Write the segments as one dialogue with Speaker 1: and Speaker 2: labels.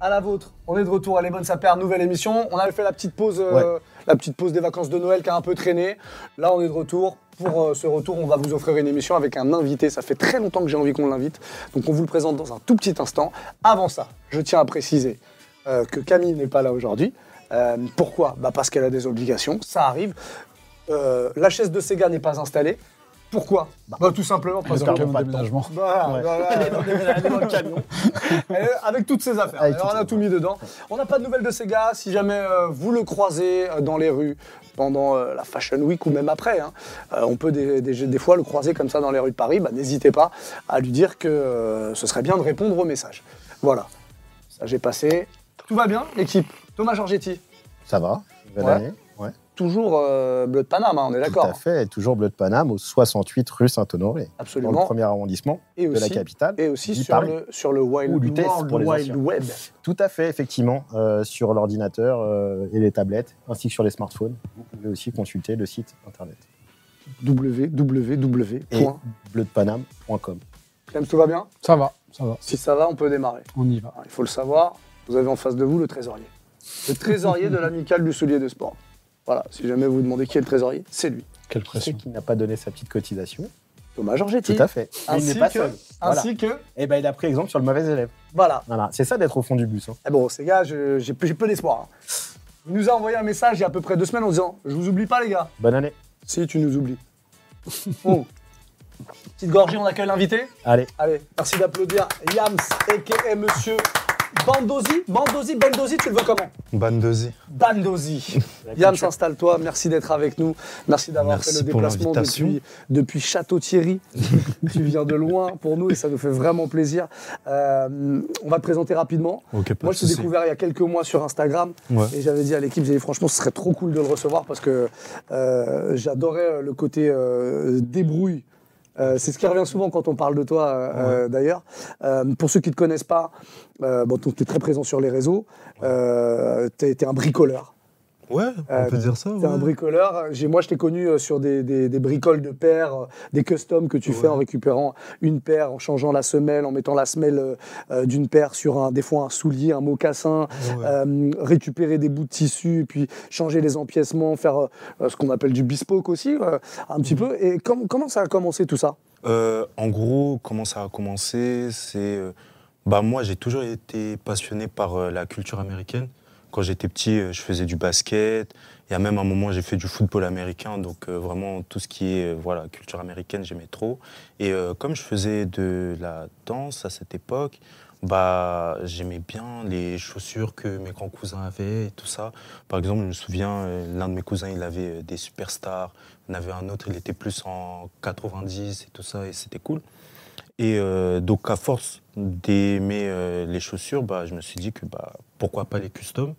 Speaker 1: à la vôtre. On est de retour à Les Bonnes Sapères, nouvelle émission. On avait fait la petite pause, euh, la petite pause des vacances de Noël qui a un peu traîné. Là, on est de retour. Pour euh, ce retour, on va vous offrir une émission avec un invité. Ça fait très longtemps que j'ai envie qu'on l'invite. Donc, on vous le présente dans un tout petit instant. Avant ça, je tiens à préciser euh, que Camille n'est pas là aujourd'hui. Euh, pourquoi bah Parce qu'elle a des obligations, ça arrive. Euh, la chaise de Sega n'est pas installée. Pourquoi bah, Tout simplement parce
Speaker 2: perd
Speaker 1: que...
Speaker 2: mon déménagement.
Speaker 1: Voilà, voilà, elle est dans le- elle est dans le camion. Elle est avec toutes ses affaires.
Speaker 2: Avec
Speaker 1: Alors,
Speaker 2: toutes
Speaker 1: on a
Speaker 2: ses
Speaker 1: tout mis dedans. On n'a pas de nouvelles de ces gars. Si jamais euh, vous le croisez euh, dans les rues pendant euh, la Fashion Week ou même après, hein, euh, on peut des, des- des fois le croiser comme ça dans les rues de Paris. Bah, N'hésitez pas à lui dire que euh, ce serait bien de répondre au message. Voilà. Ça, j'ai passé. Tout va bien, l'équipe. Thomas Giorgetti,
Speaker 2: Ça va, nouvelle
Speaker 1: Ouais.
Speaker 2: année. Ouais.
Speaker 1: toujours euh, bleu de Paname, hein, on est
Speaker 2: Tout à
Speaker 1: d'accord.
Speaker 2: fait, et toujours bleu de Paname au 68 rue Saint-Honoré, dans le
Speaker 1: Absolument.
Speaker 2: premier arrondissement
Speaker 1: Et
Speaker 2: de la
Speaker 1: aussi,
Speaker 2: capitale.
Speaker 1: et aussi
Speaker 2: dit
Speaker 1: sur
Speaker 2: Paris.
Speaker 1: le, sur le Wild,
Speaker 2: Ou l'UTS
Speaker 1: World
Speaker 2: pour les
Speaker 1: Wide
Speaker 2: anciens.
Speaker 1: Web.
Speaker 2: Tout à fait, effectivement, euh, sur l'ordinateur euh, et les tablettes, ainsi que sur les smartphones. Vous pouvez aussi consulter le site internet
Speaker 1: www.
Speaker 2: et bleudepaname.com.
Speaker 1: Clem, tout va bien
Speaker 3: Ça va, ça va,
Speaker 1: Si ça va, on peut démarrer.
Speaker 3: on y va.
Speaker 1: Alors, il faut le savoir, vous avez en face de vous le trésorier. Le trésorier de l'amicale du soulier de sport. Voilà, si jamais vous vous demandez qui est le trésorier, c'est lui,
Speaker 3: Quelle
Speaker 2: Ceux
Speaker 3: pression.
Speaker 2: qui n'a pas donné sa petite cotisation.
Speaker 1: Thomas Georgetti.
Speaker 2: Tout à fait. Mais il
Speaker 1: Ainsi
Speaker 2: n'est pas
Speaker 1: Ah, que-
Speaker 2: seul. Voilà.
Speaker 1: Ainsi que,
Speaker 2: Eh ben, il a pris exemple sur le mauvais élève.
Speaker 1: voilà.
Speaker 2: Voilà, c'est ça d'être au fond du bus. hein.
Speaker 1: Eh bon, ces gars, je- j'ai peu, j'ai peu d'espoir. hein. Il nous a envoyé un message il y a à peu près deux semaines en disant Je vous oublie pas, les gars.
Speaker 2: Bonne année.
Speaker 1: Si, tu nous oublies. Bon. Petite gorgée, on accueille l'invité.
Speaker 2: Allez,
Speaker 1: Allez, merci d'applaudir Yams, a.k.a. Monsieur Bandosi. Bandosi, Bandosi, tu le veux comment
Speaker 4: Bandosi.
Speaker 1: Bandosi. Yann, s'installe-toi. Merci d'être avec nous. Merci d'avoir
Speaker 4: Merci
Speaker 1: fait le
Speaker 4: pour
Speaker 1: déplacement
Speaker 4: l'invitation.
Speaker 1: depuis, depuis Château-Thierry. tu viens de loin pour nous et ça nous fait vraiment plaisir. Euh, on va te présenter rapidement.
Speaker 4: Ok, pas
Speaker 1: Moi,
Speaker 4: de
Speaker 1: je t'ai
Speaker 4: souci.
Speaker 1: découvert il y a quelques mois sur Instagram
Speaker 4: Ouais.
Speaker 1: et j'avais dit à l'équipe, j'ai dit franchement, ce serait trop cool de le recevoir parce que euh, j'adorais euh, le côté euh, débrouille. Euh, c'est ce qui revient souvent quand on parle de toi, euh, euh, d'ailleurs. Euh, pour ceux qui ne te connaissent pas, euh, bon, tu es très présent sur les réseaux. tu es, un bricoleur.
Speaker 4: Ouais,
Speaker 1: Euh,
Speaker 4: on peut dire ça.
Speaker 1: T'es
Speaker 4: ouais.
Speaker 1: un bricoleur. J'ai- Moi, je t'ai connu euh, sur des, des- des bricoles de paires, euh, des customs que tu fais
Speaker 4: Ouais.
Speaker 1: en récupérant une paire, en changeant la semelle, en mettant la semelle euh, euh, d'une paire sur un, des fois un soulier, un mocassin,
Speaker 4: Ouais.
Speaker 1: euh, récupérer des bouts de tissu et puis changer les empiècements, faire euh, euh, ce qu'on appelle du bespoke aussi, euh, un
Speaker 4: Mm.
Speaker 1: petit peu. Et com- comment ça a commencé tout ça
Speaker 4: Euh, en gros, comment ça a commencé C'est. euh, bah, moi, j'ai toujours été passionné par euh, la culture américaine. Quand j'étais petit, euh, je faisais du basket. Il y a même un moment, j'ai fait du football américain. Donc, euh, vraiment, tout ce qui est euh, voilà, culture américaine, j'aimais trop. Et euh, comme je faisais de la danse à cette époque, bah, j'aimais bien les chaussures que mes grands cousins avaient et tout ça. Par exemple, je me souviens, euh, l'un de mes cousins, il avait euh, des superstars. On avait un autre, il était plus en 90 et tout ça, et c'était cool. Et euh, donc, à force d'aimer euh, les chaussures, bah, je me suis dit que bah, pourquoi pas les customs.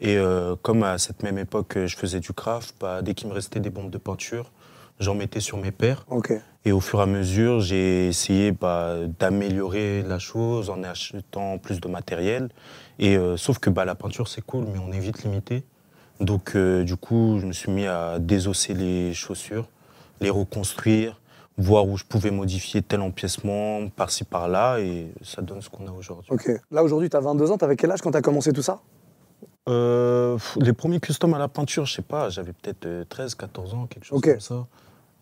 Speaker 4: Et euh, comme à cette même époque, euh, je faisais du craft, bah, dès qu'il me restait des bombes de peinture, j'en mettais sur mes paires.
Speaker 1: Ok.
Speaker 4: Et au fur et à mesure, j'ai essayé bah, d'améliorer la chose en achetant plus de matériel. Et euh, sauf que bah, la peinture, c'est cool, mais on est vite limité. Donc, euh, du coup, je me suis mis à désosser les chaussures, les reconstruire, voir où je pouvais modifier tel empiècement, par-ci, par-là, et ça donne ce qu'on a aujourd'hui.
Speaker 1: Ok. Là, aujourd'hui, tu as 22 ans. Tu quel âge quand tu as commencé tout ça
Speaker 4: Euh, pff, les premiers customs à la peinture, je sais pas, j'avais peut-être euh, 13, 14 ans, quelque chose
Speaker 1: Ok.
Speaker 4: comme ça.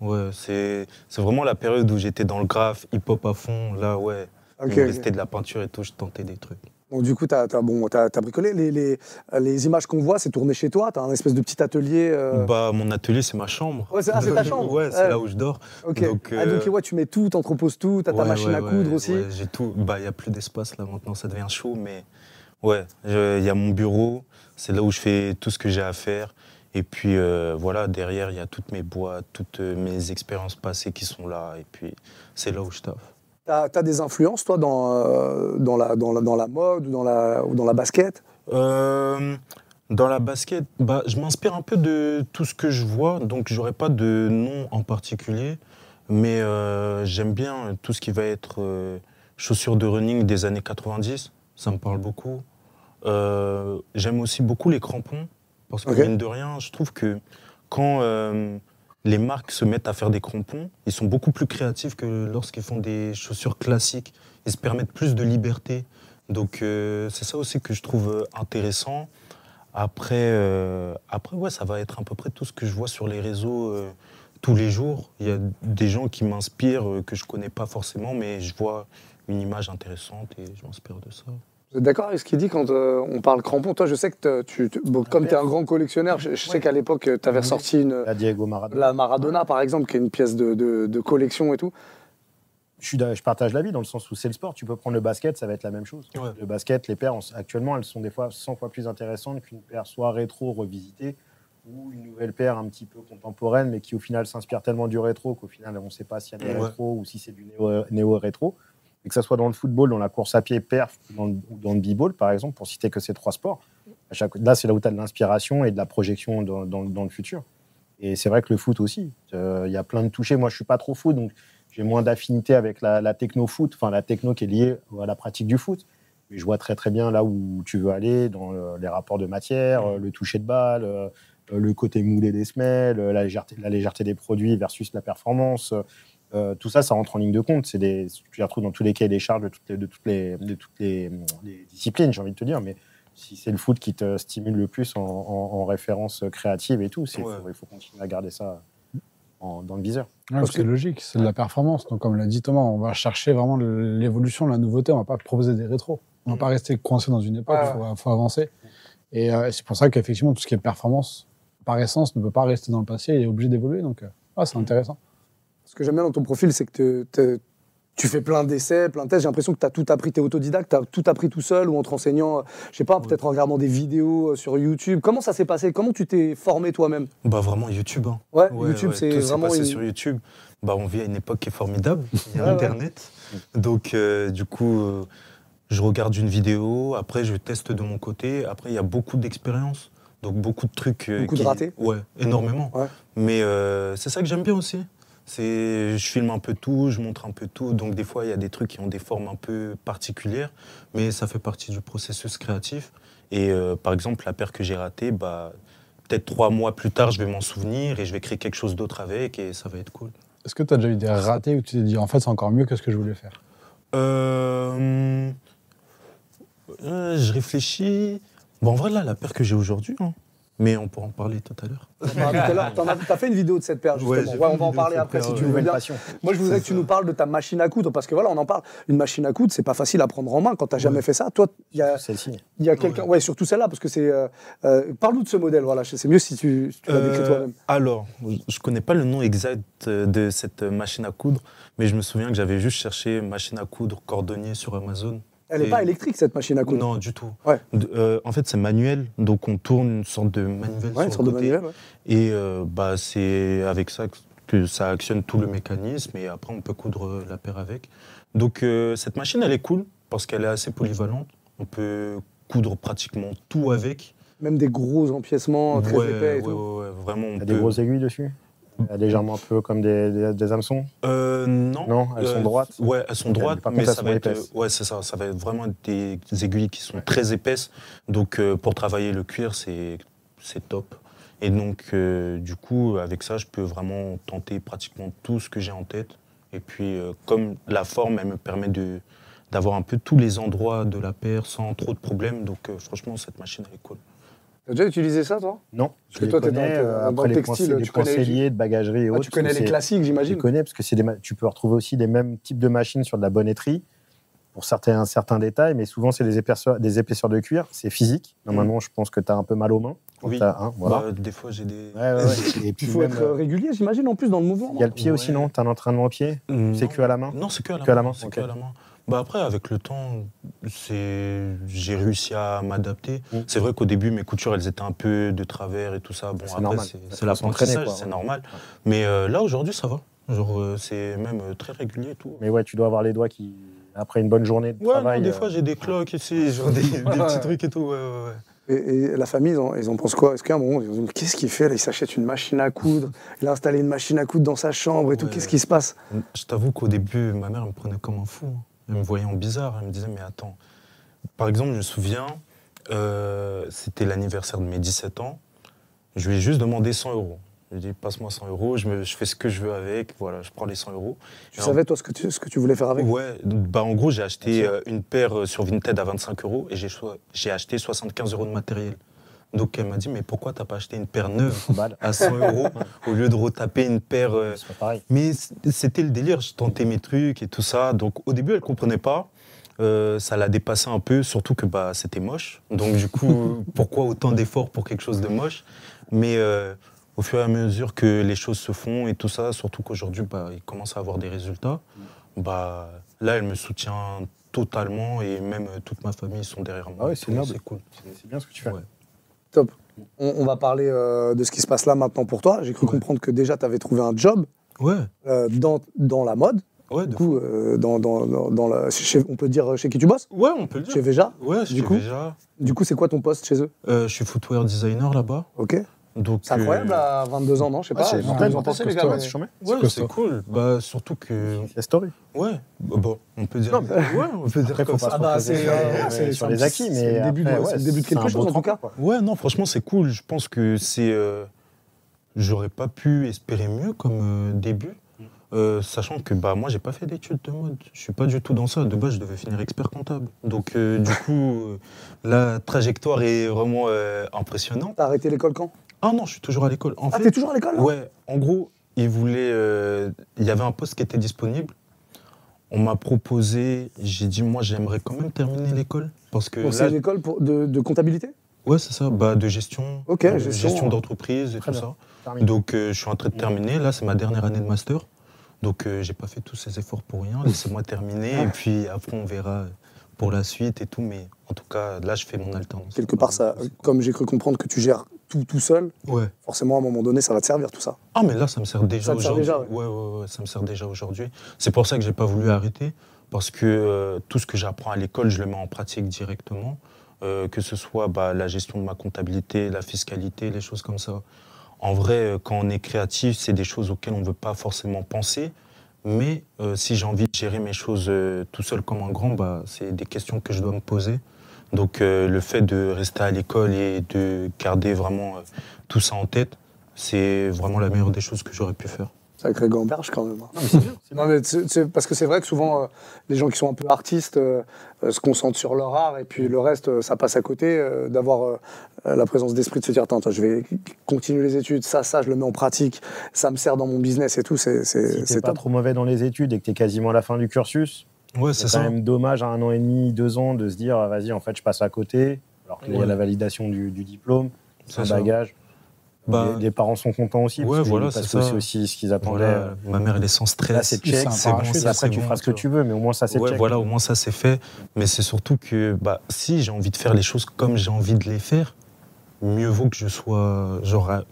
Speaker 4: Ouais, c'est c'est vraiment la période où j'étais dans le graphe, hip-hop à fond, là, ouais.
Speaker 1: Ok,
Speaker 4: il me
Speaker 1: ok.
Speaker 4: restait de la peinture et tout, je tentais des trucs.
Speaker 1: Donc du coup, tu as, bon, t'as- t'as bricolé. Les, les, les images qu'on voit, c'est tourné chez toi. Tu as un espèce de petit atelier. euh,
Speaker 4: Bah, mon atelier, c'est ma chambre.
Speaker 1: Ouais, c'est- ah, c'est ta chambre
Speaker 4: Ouais, c'est
Speaker 1: Ouais.
Speaker 4: là où je dors.
Speaker 1: Ok.
Speaker 4: donc,
Speaker 1: Ah, donc,
Speaker 4: euh,
Speaker 1: ouais, tu mets tout, t'entreposes tout, t'as ta
Speaker 4: Ouais,
Speaker 1: machine
Speaker 4: ouais,
Speaker 1: à
Speaker 4: ouais,
Speaker 1: coudre aussi.
Speaker 4: ouais, j'ai tout. Bah, il n'y a plus d'espace là maintenant, ça devient chaud, mais ouais, je- il y a mon bureau, c'est là où je fais tout ce que j'ai à faire. Et puis euh, voilà, derrière, il y a toutes mes boîtes, toutes euh, mes expériences passées qui sont là. Et puis, c'est là où je taffe.
Speaker 1: T'as as des influences, toi, dans, euh, dans, la, dans, la, dans la mode ou dans la, ou dans la basket
Speaker 4: Euh, dans la basket, bah, je m'inspire un peu de tout ce que je vois, donc j'aurais pas de nom en particulier, mais euh, j'aime bien tout ce qui va être euh, chaussures de running des années 90, ça me parle beaucoup. Euh, j'aime aussi beaucoup les crampons, parce que
Speaker 1: Ok.
Speaker 4: mine de rien, je trouve que quand euh, les marques se mettent à faire des crampons, ils sont beaucoup plus créatifs que lorsqu'ils font des chaussures classiques. Ils se permettent plus de liberté Donc euh, c'est ça aussi que je trouve intéressant. Après, euh, après ouais, ça va être à peu près tout ce que je vois sur les réseaux euh, tous les jours. Il y a des gens qui m'inspirent euh, que je connais pas forcément, mais je vois une image intéressante et je m'inspire de ça.
Speaker 1: Vous êtes d'accord avec ce qu'il dit quand euh, on parle crampons Toi, je sais que t'as- tu, tu- bon, comme tu es un grand collectionneur, je, je sais qu'à l'époque, tu avais ressorti une, euh,
Speaker 2: La Diego Maradona.
Speaker 1: la Maradona, par exemple, qui est une pièce de, de- de collection et tout.
Speaker 2: Je, suis d'a- je partage l'avis dans le sens où c'est le sport. Tu peux prendre le basket, ça va être la même chose.
Speaker 4: Ouais.
Speaker 2: Le basket, les paires, on s- actuellement, elles sont des fois 100 fois plus intéressantes qu'une paire soit rétro revisitée ou une nouvelle paire un petit peu contemporaine, mais qui au final s'inspire tellement du rétro qu'au final, on ne sait pas si elle est
Speaker 4: Ouais.
Speaker 2: rétro ou si c'est du néo- néo-rétro. et que ça soit dans le football, dans la course à pied, perf, ou dans le, ou dans le b-ball, par exemple, pour citer que ces trois sports, à chaque, là, c'est là où tu as de l'inspiration et de la projection dans, dans- dans le futur. Et c'est vrai que le foot aussi, euh, il y a plein de touchés. Moi, je suis pas trop foot, donc j'ai moins d'affinité avec la, la techno-foot, enfin la techno qui est liée à la pratique du foot. Mais je vois très très bien là où tu veux aller, dans euh, les rapports de matière, euh, le toucher de balle, euh, le côté moulé des semelles, euh, la légèreté, la légèreté des produits versus la performance. Euh, tout ça, ça rentre en ligne de compte. C'est des, tu les retrouves dans tous les cahiers des charges de toutes les, de toutes les, de toutes les, les disciplines, j'ai envie de te dire. Mais si c'est le foot qui te stimule le plus en, en- en référence créative et tout, c'est-
Speaker 4: Ouais.
Speaker 2: il faut- il faut continuer à garder ça en- dans le viseur.
Speaker 3: Ouais, parce que c'est logique, c'est de la performance. Donc, comme l'a dit Thomas, on va chercher vraiment le- l'évolution, la nouveauté. On va pas proposer des rétros. On va pas rester coincé dans une époque.
Speaker 1: Ouais,
Speaker 4: Ah
Speaker 3: Il faut, faut avancer. Et euh, c'est pour ça qu'effectivement, tout ce qui est performance, par essence, ne peut pas rester dans le passé. Il est obligé d'évoluer. Donc, euh, ouais, c'est intéressant.
Speaker 1: Ce que j'aime bien dans ton profil, c'est que te- te- tu fais plein d'essais, plein de tests. J'ai l'impression que tu as tout appris, tu es autodidacte, tu as tout appris tout seul ou en te renseignant, euh, je sais pas, peut-être en regardant des vidéos euh, sur YouTube. Comment ça s'est passé Comment tu t'es formé toi-même
Speaker 4: Bah vraiment YouTube. hein.
Speaker 1: Ouais,
Speaker 4: Ouais,
Speaker 1: YouTube,
Speaker 4: ouais,
Speaker 1: c'est
Speaker 4: tout s'est
Speaker 1: vraiment
Speaker 4: passé
Speaker 1: une-
Speaker 4: sur YouTube. Bah, on vit à une époque qui est formidable. Il y a
Speaker 1: Ouais, ouais.
Speaker 4: Internet. Donc, euh, du coup, euh, je regarde une vidéo. Après, je teste de mon côté. Après, il y a beaucoup d'expériences. Donc, beaucoup de trucs. euh,
Speaker 1: Beaucoup de ratés.
Speaker 4: Ouais, énormément.
Speaker 1: Ouais.
Speaker 4: Mais euh, c'est ça que j'aime bien aussi. C'est, je filme un peu tout, je montre un peu tout. Donc, des fois, il y a des trucs qui ont des formes un peu particulières. Mais ça fait partie du processus créatif. Et euh, par exemple, la paire que j'ai ratée, bah, peut-être trois mois plus tard, je vais m'en souvenir et je vais créer quelque chose d'autre avec et ça va être cool.
Speaker 3: Est-ce que tu as déjà eu des ratés où tu t'es dit, en fait, c'est encore mieux que ce que je voulais faire
Speaker 4: Euh, euh, je réfléchis. Bon, en vrai, là, la paire que j'ai aujourd'hui, hein, mais on pourra en parler tout à l'heure.
Speaker 1: T'en parles tout à l'heure. T'en as t'as fait une vidéo de cette paire, justement.
Speaker 4: Ouais, j'ai
Speaker 1: Ouais,
Speaker 4: fait
Speaker 1: on
Speaker 4: une
Speaker 1: va en
Speaker 4: vidéo de
Speaker 1: parler
Speaker 4: cette
Speaker 1: après
Speaker 4: paire,
Speaker 1: si
Speaker 4: ouais.
Speaker 1: tu veux
Speaker 2: Nouvelle
Speaker 1: bien.
Speaker 2: passion.
Speaker 1: Moi, je voudrais
Speaker 4: C'est
Speaker 1: que tu
Speaker 4: ça.
Speaker 1: nous parles de ta machine à coudre, parce que voilà, on en parle. Une machine à coudre, c'est pas facile à prendre en main quand t'as jamais fait ça. Toi, il y a,
Speaker 2: Celle-ci.
Speaker 1: il y a quelqu'un. Ouais, surtout celle-là, parce que c'est. euh, euh, Parle-nous de ce modèle, voilà. je- C'est mieux si tu, si tu l'as décrit
Speaker 4: Euh,
Speaker 1: toi-même.
Speaker 4: alors, je connais pas le nom exact euh, de cette euh, machine à coudre, mais je me souviens que j'avais juste cherché machine à coudre cordonnier sur Amazon.
Speaker 1: Elle n'est
Speaker 4: et-
Speaker 1: pas électrique, cette machine à coudre.
Speaker 4: Non, du tout.
Speaker 1: Ouais.
Speaker 4: De- euh, en fait, c'est manuel, donc on tourne une sorte de manuel
Speaker 1: Ouais, une sorte
Speaker 4: sur le
Speaker 1: de
Speaker 4: côté.
Speaker 1: manuel. ouais.
Speaker 4: Et euh, bah, c'est avec ça que- que ça actionne tout le mécanisme et après on peut coudre euh, la paire avec. Donc euh, cette machine elle est cool parce qu'elle est assez polyvalente. On peut coudre pratiquement tout avec.
Speaker 1: Même des gros empiècements très
Speaker 4: Ouais,
Speaker 1: épais et
Speaker 4: ouais,
Speaker 1: tout.
Speaker 4: ouais, ouais, vraiment
Speaker 2: Il
Speaker 4: on
Speaker 2: y a
Speaker 4: peut.
Speaker 2: des grosses aiguilles dessus Il y a Légèrement un peu comme des, des, des hameçons
Speaker 4: Euh, non.
Speaker 2: Non, elles sont droites.
Speaker 4: Ouais, elles sont droites,
Speaker 2: Par contre,
Speaker 4: mais
Speaker 2: elles
Speaker 4: ça
Speaker 2: sont
Speaker 4: va être,
Speaker 2: épaisses.
Speaker 4: euh, ouais, c'est ça, ça va être vraiment des aiguilles qui sont très épaisses. Donc euh, pour travailler le cuir, c'est c'est top. Et donc euh, du coup, avec ça, je peux vraiment tenter pratiquement tout ce que j'ai en tête. Et puis euh, comme la forme, elle me permet de d'avoir un peu tous les endroits de la paire sans trop de problèmes. Donc euh, franchement, cette machine elle est cool.
Speaker 1: T'as déjà utilisé ça, toi
Speaker 2: Non, je
Speaker 1: que
Speaker 2: les
Speaker 1: toi, t'es dans
Speaker 2: connais.
Speaker 1: le-
Speaker 2: euh,
Speaker 1: dans le
Speaker 2: après les
Speaker 1: textile,
Speaker 2: conseils-
Speaker 1: tu
Speaker 2: les
Speaker 1: connais-
Speaker 2: conseils de bagagerie et
Speaker 1: Ah,
Speaker 2: autres.
Speaker 1: Tu connais
Speaker 2: parce que
Speaker 1: les
Speaker 2: c'est-
Speaker 1: classiques,
Speaker 2: Je les
Speaker 1: j'imagine.
Speaker 2: connais parce que c'est des ma- tu peux retrouver aussi les mêmes types de machines sur de la bonnetterie pour certains, certains détails, mais souvent c'est des épaisseurs, des épaisseurs de cuir, c'est physique. Normalement, je pense que tu as un peu mal aux mains. quand
Speaker 4: Oui.
Speaker 2: t'as- hein, voilà.
Speaker 4: Bah, des fois, j'ai des.
Speaker 2: Ouais, ouais, ouais. Et puis
Speaker 1: Il faut
Speaker 2: même,
Speaker 1: être euh,
Speaker 2: euh,
Speaker 1: régulier, j'imagine, en plus, dans le mouvement.
Speaker 2: il
Speaker 1: non
Speaker 2: y a le pied aussi,
Speaker 4: Ouais.
Speaker 2: non Tu as un entraînement au pied C'est
Speaker 4: Non.
Speaker 2: que à la main
Speaker 4: Non, c'est que à la
Speaker 2: Que à
Speaker 4: main.
Speaker 2: la main,
Speaker 4: c'est
Speaker 2: ok.
Speaker 4: que à la main. Bah après, avec le temps, c'est j'ai réussi à m'adapter.
Speaker 2: Mm.
Speaker 4: C'est vrai qu'au début, mes coutures, elles étaient un peu de travers et tout ça. Bon,
Speaker 2: C'est
Speaker 4: après,
Speaker 2: normal.
Speaker 4: c'est
Speaker 2: Faut
Speaker 4: c'est
Speaker 2: s'entraîner,
Speaker 4: l'apprentissage,
Speaker 2: quoi.
Speaker 4: c'est normal. Mais euh, là, aujourd'hui, ça va. Genre, euh, c'est même euh, très régulier et tout.
Speaker 2: Mais ouais, tu dois avoir les doigts qui, après une bonne journée de
Speaker 4: ouais,
Speaker 2: travail.
Speaker 4: non, des
Speaker 2: euh,
Speaker 4: fois, j'ai des cloques ici, genre des, des petits trucs et tout. Ouais, ouais, ouais.
Speaker 1: Et, et la famille, ils en, ils en pensent quoi Est-ce qu'à un moment, ils se disent Qu'est-ce qu'il fait là Il s'achète une machine à coudre, il a installé une machine à coudre dans sa chambre et tout.
Speaker 4: Ouais.
Speaker 1: Qu'est-ce qui se passe
Speaker 4: Je t'avoue qu'au début, ma mère elle me prenait comme un fou. hein. Elle me voyait en bizarre. Elle me disait, mais attends. Par exemple, je me souviens, euh, c'était l'anniversaire de mes 17 ans. Je lui ai juste demandé 100 euros. Je dis, passe-moi 100 euros, je, me- je fais ce que je veux avec, voilà, je prends les 100 euros.
Speaker 1: Tu
Speaker 4: Et en-
Speaker 1: savais, toi, ce que tu, ce que tu voulais faire avec
Speaker 4: Ouais, bah en gros, j'ai acheté euh, une paire euh, sur Vinted à 25 euros et j'ai cho- j'ai acheté 75 euros de matériel. Donc elle m'a dit, mais pourquoi t'as pas acheté une paire neuve
Speaker 2: Balle.
Speaker 4: à 100 euros au lieu de retaper une paire euh,
Speaker 2: C'est pas pareil.
Speaker 4: mais c- c'était le délire, je tentais mes trucs et tout ça. Donc au début, elle comprenait pas. Euh, ça la dépassait un peu, surtout que bah, c'était moche. Donc du coup, pourquoi autant d'efforts pour quelque chose de moche Mais euh, au fur et à mesure que les choses se font et tout ça, surtout qu'aujourd'hui, bah, il commence à avoir des résultats, bah, là, elle me soutient totalement et même euh, toute ma famille sont derrière moi.
Speaker 2: Ah ouais, c'est
Speaker 4: Et
Speaker 2: noble.
Speaker 4: cool.
Speaker 2: C'est bien ce que tu fais.
Speaker 4: Ouais.
Speaker 1: Top. On, on va parler euh, de ce qui se passe là maintenant pour toi. J'ai cru
Speaker 4: Ouais.
Speaker 1: comprendre que déjà, tu avais trouvé un job
Speaker 4: Ouais,
Speaker 1: euh, dans, dans la mode.
Speaker 4: ouais, de
Speaker 1: Du coup, euh, dans, dans, dans, dans la- chez- on peut dire chez qui tu bosses
Speaker 4: fou. ouais, on peut le
Speaker 1: Chez
Speaker 4: dire.
Speaker 1: Veja.
Speaker 4: Ouais,
Speaker 1: Du
Speaker 4: chez
Speaker 1: coup
Speaker 4: Veja.
Speaker 1: Du coup, c'est quoi ton poste chez eux
Speaker 4: Euh, je suis footwear designer là-bas.
Speaker 1: Ok.
Speaker 4: Donc,
Speaker 1: C'est incroyable
Speaker 4: euh,
Speaker 1: à 22 ans, non Je sais
Speaker 2: Ah,
Speaker 1: pas.
Speaker 2: c'est
Speaker 1: Vous en
Speaker 2: tellement
Speaker 1: pensez, les
Speaker 2: costaud,
Speaker 1: gars,
Speaker 2: ouais,
Speaker 1: mais-
Speaker 2: c'est chambé.
Speaker 4: Ouais,
Speaker 3: C'est
Speaker 4: c'est cool. Bah, surtout que.
Speaker 2: C'est la story.
Speaker 4: Ouais, bah, bon, on peut dire.
Speaker 2: Non, mais-
Speaker 4: Ouais, on peut dire
Speaker 2: Après, faut
Speaker 4: comme
Speaker 2: pas
Speaker 4: ça.
Speaker 1: Ah bah, c'est, euh,
Speaker 2: Ouais,
Speaker 1: c'est-
Speaker 2: sur
Speaker 1: c'est un
Speaker 2: les
Speaker 1: petit-
Speaker 2: acquis,
Speaker 1: c'est
Speaker 2: mais.
Speaker 1: le début de-
Speaker 2: après,
Speaker 1: ouais, c'est le début de
Speaker 2: c'est
Speaker 1: quelque
Speaker 2: un
Speaker 1: chose,
Speaker 2: beau
Speaker 1: en tout
Speaker 2: truc,
Speaker 1: cas.
Speaker 2: quoi.
Speaker 4: Ouais, non, franchement, c'est cool. Je pense que c'est. euh, J'aurais pas pu espérer mieux comme euh, début. Euh, sachant que bah moi j'ai pas fait d'études de mode, je suis pas du tout dans ça. De base je devais finir expert comptable. Donc euh, du coup euh, la trajectoire est vraiment euh, impressionnante.
Speaker 1: T'as arrêté l'école quand
Speaker 4: Ah non je suis toujours à l'école. En
Speaker 1: Ah,
Speaker 4: fait,
Speaker 1: t'es toujours à l'école là
Speaker 4: Ouais, en gros, il voulait. euh, il y avait un poste qui était disponible. On m'a proposé, j'ai dit moi j'aimerais quand même terminer l'école parce que
Speaker 1: Donc,
Speaker 4: là-
Speaker 1: C'est l'école pour- de, de comptabilité
Speaker 4: ouais c'est ça, bah de gestion,
Speaker 1: Ok,
Speaker 4: de
Speaker 1: gestion, hein. ouais.
Speaker 4: d'entreprise et
Speaker 2: Très
Speaker 4: tout
Speaker 2: bien.
Speaker 4: ça. Donc euh, je suis en train de terminer. Là c'est ma dernière année de master, donc euh, j'ai pas fait tous ces efforts pour rien. Laissez-moi terminer
Speaker 1: Ah.
Speaker 4: et puis après on verra pour la suite et tout. Mais en tout cas là je fais mon alternance.
Speaker 1: Quelque part, ça, comme j'ai cru comprendre que tu gères tout tout seul,
Speaker 4: Ouais.
Speaker 1: forcément, à un moment donné, ça va te servir tout ça.
Speaker 4: Ah mais là ça me sert déjà
Speaker 1: Ça te sert
Speaker 4: aujourd'hui.
Speaker 1: déjà, ouais.
Speaker 4: ouais. ouais, ouais, ça me sert déjà aujourd'hui. C'est pour ça que j'ai pas voulu arrêter parce que euh, tout ce que j'apprends à l'école, je le mets en pratique directement, Euh, que ce soit bah, la gestion de ma comptabilité, la fiscalité, les choses comme ça. En vrai, euh, quand on est créatif, c'est des choses auxquelles on ne veut pas forcément penser. Mais euh, si j'ai envie de gérer mes choses euh, tout seul comme un grand, bah, c'est des questions que je dois me poser. Donc euh, le fait de rester à l'école et de garder vraiment euh, tout ça en tête, c'est vraiment la meilleure des choses que j'aurais pu faire.
Speaker 1: Sacré gamberge quand même. hein.
Speaker 2: Non, mais c'est bien. c'est bien.
Speaker 1: Non, mais c'est- c'est- parce que c'est vrai que souvent, euh, les gens qui sont un peu artistes euh, euh, se concentrent sur leur art et puis le reste, euh, ça passe à côté. euh, D'avoir euh, euh, la présence d'esprit de se dire, attends, attends, je vais continuer les études, ça, ça, je le mets en pratique, ça me sert dans mon business et tout, c'est
Speaker 2: Si
Speaker 4: Euh,
Speaker 1: c'est-
Speaker 2: t'es
Speaker 1: c'est
Speaker 2: pas
Speaker 1: top.
Speaker 2: trop mauvais dans les études et que t'es quasiment à la fin du cursus,
Speaker 4: Ouais,
Speaker 2: C'est quand même dommage à un an et demi, deux ans de se dire ah, vas-y, en fait, je passe à côté, alors qu'il y
Speaker 4: Ouais.
Speaker 2: a la validation du, du diplôme,
Speaker 4: C'est
Speaker 2: un
Speaker 4: ça.
Speaker 2: bagage.
Speaker 4: Bah,
Speaker 2: les, les parents sont contents aussi,
Speaker 4: Ouais,
Speaker 2: parce que-
Speaker 4: voilà,
Speaker 2: parce
Speaker 4: c'est
Speaker 2: que
Speaker 4: ça.
Speaker 2: c'est aussi ce qu'ils attendaient.
Speaker 4: Voilà, ma mère, elle est sans stress.
Speaker 2: euh,
Speaker 4: Ah,
Speaker 2: Là, c'est
Speaker 3: c'est
Speaker 2: check,
Speaker 3: un
Speaker 2: c'est
Speaker 3: parachute,
Speaker 2: bon,
Speaker 4: ça,
Speaker 2: après,
Speaker 4: c'est
Speaker 2: tu
Speaker 4: bon,
Speaker 2: feras ce que
Speaker 4: vois.
Speaker 2: tu veux, mais au moins, ça, c'est
Speaker 4: Ouais,
Speaker 2: check.
Speaker 4: voilà, au moins ça c'est fait. Mais c'est surtout que bah, si j'ai envie de faire les choses comme j'ai envie de les faire, mieux vaut que je sois genre à-